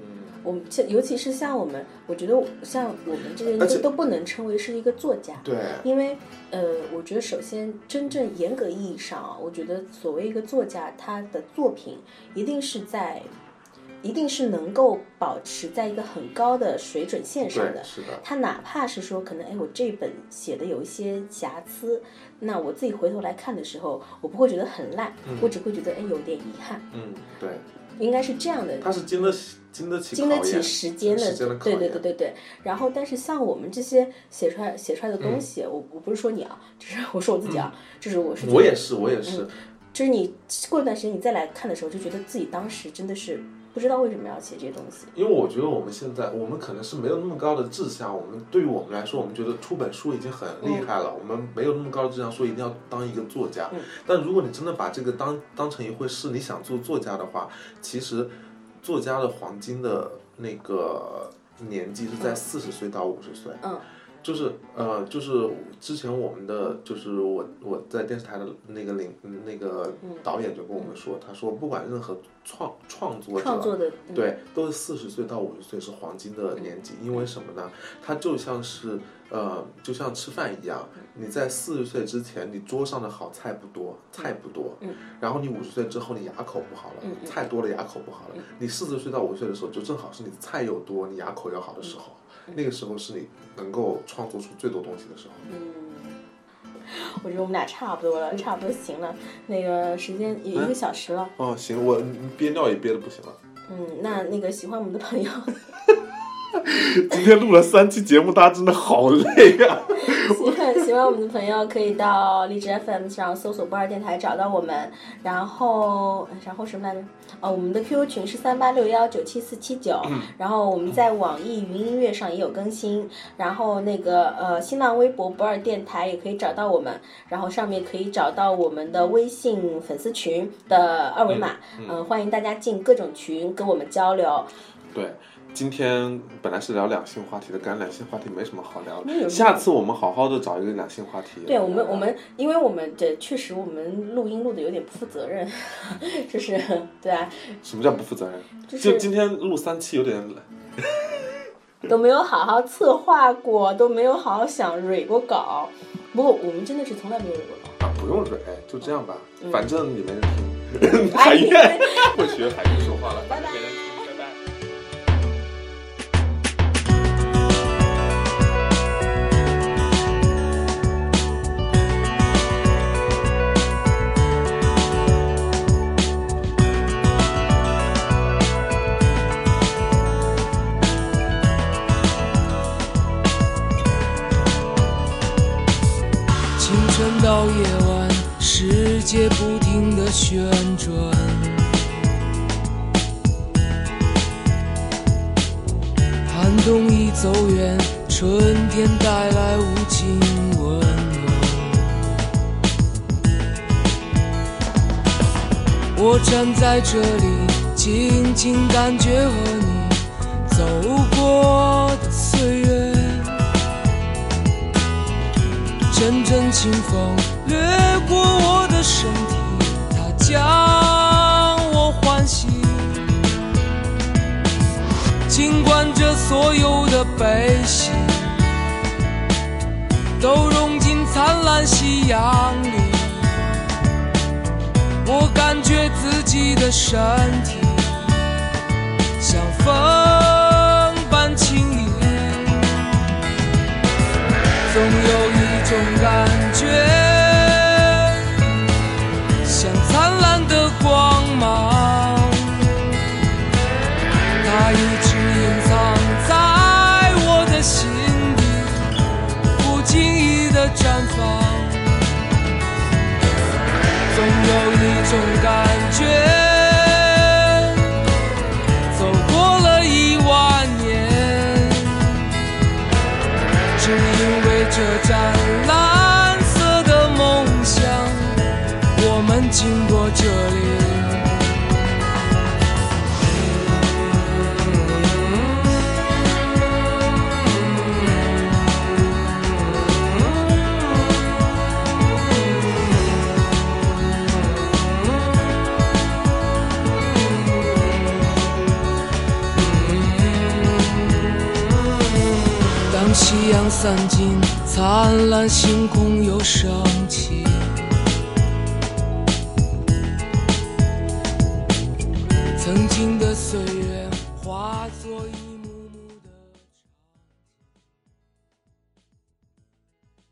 S3: 我们像尤其是像我们，我觉得像我们这些
S2: 而且
S3: 都都不能称为是一个作家，
S2: 对，
S3: 因为呃，我觉得首先真正严格意义上啊，我觉得所谓一个作家，他的作品一定是在，一定是能够保持在一个很高的水准线上
S2: 对，
S3: 的。
S2: 是的，
S3: 他哪怕是说可能哎，我这本写的有一些瑕疵，那我自己回头来看的时候，我不会觉得很烂，我只会觉得哎有点遗憾，
S2: 嗯，对，
S3: 应该是这样的
S2: 他是经得起经得起
S3: 经得
S2: 考
S3: 起
S2: 验
S3: 时间的，
S2: 时间的考
S3: 对
S2: 验，
S3: 对对对对。然后，但是像我们这些写出来写出来的
S2: 嗯
S3: 东西，我我不是说你啊，就是我说我自己啊，就是我是觉得
S2: 我也是，我也是，
S3: 就是你过一段时间你再来看的时候，就觉得自己当时真的是不知道为什么要写这些东西。
S2: 因为我觉得我们现在，我们可能是没有那么高的志向。我们对于我们来说，我们觉得出本书已经很厉害
S3: 嗯
S2: 了。我们没有那么高的志向，说一定要当一个作家。但如果你真的把这个当当成一回事，你想做作家的话，其实作家的黄金的那个年纪是在四十岁到五十岁。
S3: 嗯，
S2: 就是呃，就是之前我们的，就是我我在电视台的那个领那个
S3: 嗯
S2: 导演就跟我们说，他说不管任何创创作者，
S3: 创作的，嗯
S2: 对，都是四十岁到五十岁是黄金的年纪，因为什么呢？它就像是呃，就像吃饭一样，你在四十岁之前，你桌上的好菜不多，菜不多，然后你五十岁之后，你牙口不好了，菜多了牙口不好了。你四十岁到五十岁的时候，就正好是你菜又多，你牙口又好的时候，那个时候是你能够创作出最多东西的时候。
S3: 我觉得我们俩差不多了，差不多行了。那个时间也一
S2: 嗯
S3: 个小时了，
S2: 哦，行，我憋尿也憋的不行了。 <coughs>
S3: 嗯，那那个喜欢我们的朋友，
S2: 今天录了三期节目，大家真的好累啊！
S3: 喜欢 <laughs> 喜欢我们的朋友可以到荔枝 FM 上搜索“不二电台”找到我们，然后呃然后什么来着？哦，我们的 QQ 群是三八六幺九七四七九，然后我们在网易云音乐上也有更新，然后那个呃新浪微博“不二电台”也可以找到我们，然后上面可以找到我们的微信粉丝群的二维码，嗯、呃，欢迎大家进各种群跟我们交流。
S2: 对，今天本来是聊两性话题的，感觉两性话题没什么好聊
S3: 没有
S2: 的。下次我们好好的找一个两性话题。
S3: 对我们，我们因为我们这确实我们录音录的有点不负责任，就是对啊，
S2: 什么叫不负责任？
S3: 就是
S2: 就今天录三期有点懒。
S3: 都没有好好策划过，都没有好好想蕊过稿。不过我们真的是从来没有蕊过稿。
S2: 啊，不用蕊，就这样吧，
S3: 嗯哎
S2: 反正也没人 <laughs> 听。海燕，我学海燕说话了，
S3: 拜拜
S2: 没人听，拜拜。
S4: 清晨到夜晚，世界不停地旋转。寒冬已走远，春天带来无尽温暖。我站在这里，静静感觉和你走过的岁月。阵阵清风掠过我的身体，它将我唤醒。尽管这所有的悲喜都融进灿烂夕阳里，我感觉自己的身体像风般轻盈。总有一种感觉，像灿烂的光芒，它一直隐藏在我的心底，不经意的绽放。总有一种感觉，走过了一万年。只因为这盏蓝色的梦想，我们经过这里。当夕阳散尽，灿烂星空又升起。曾经的岁月化作一幕。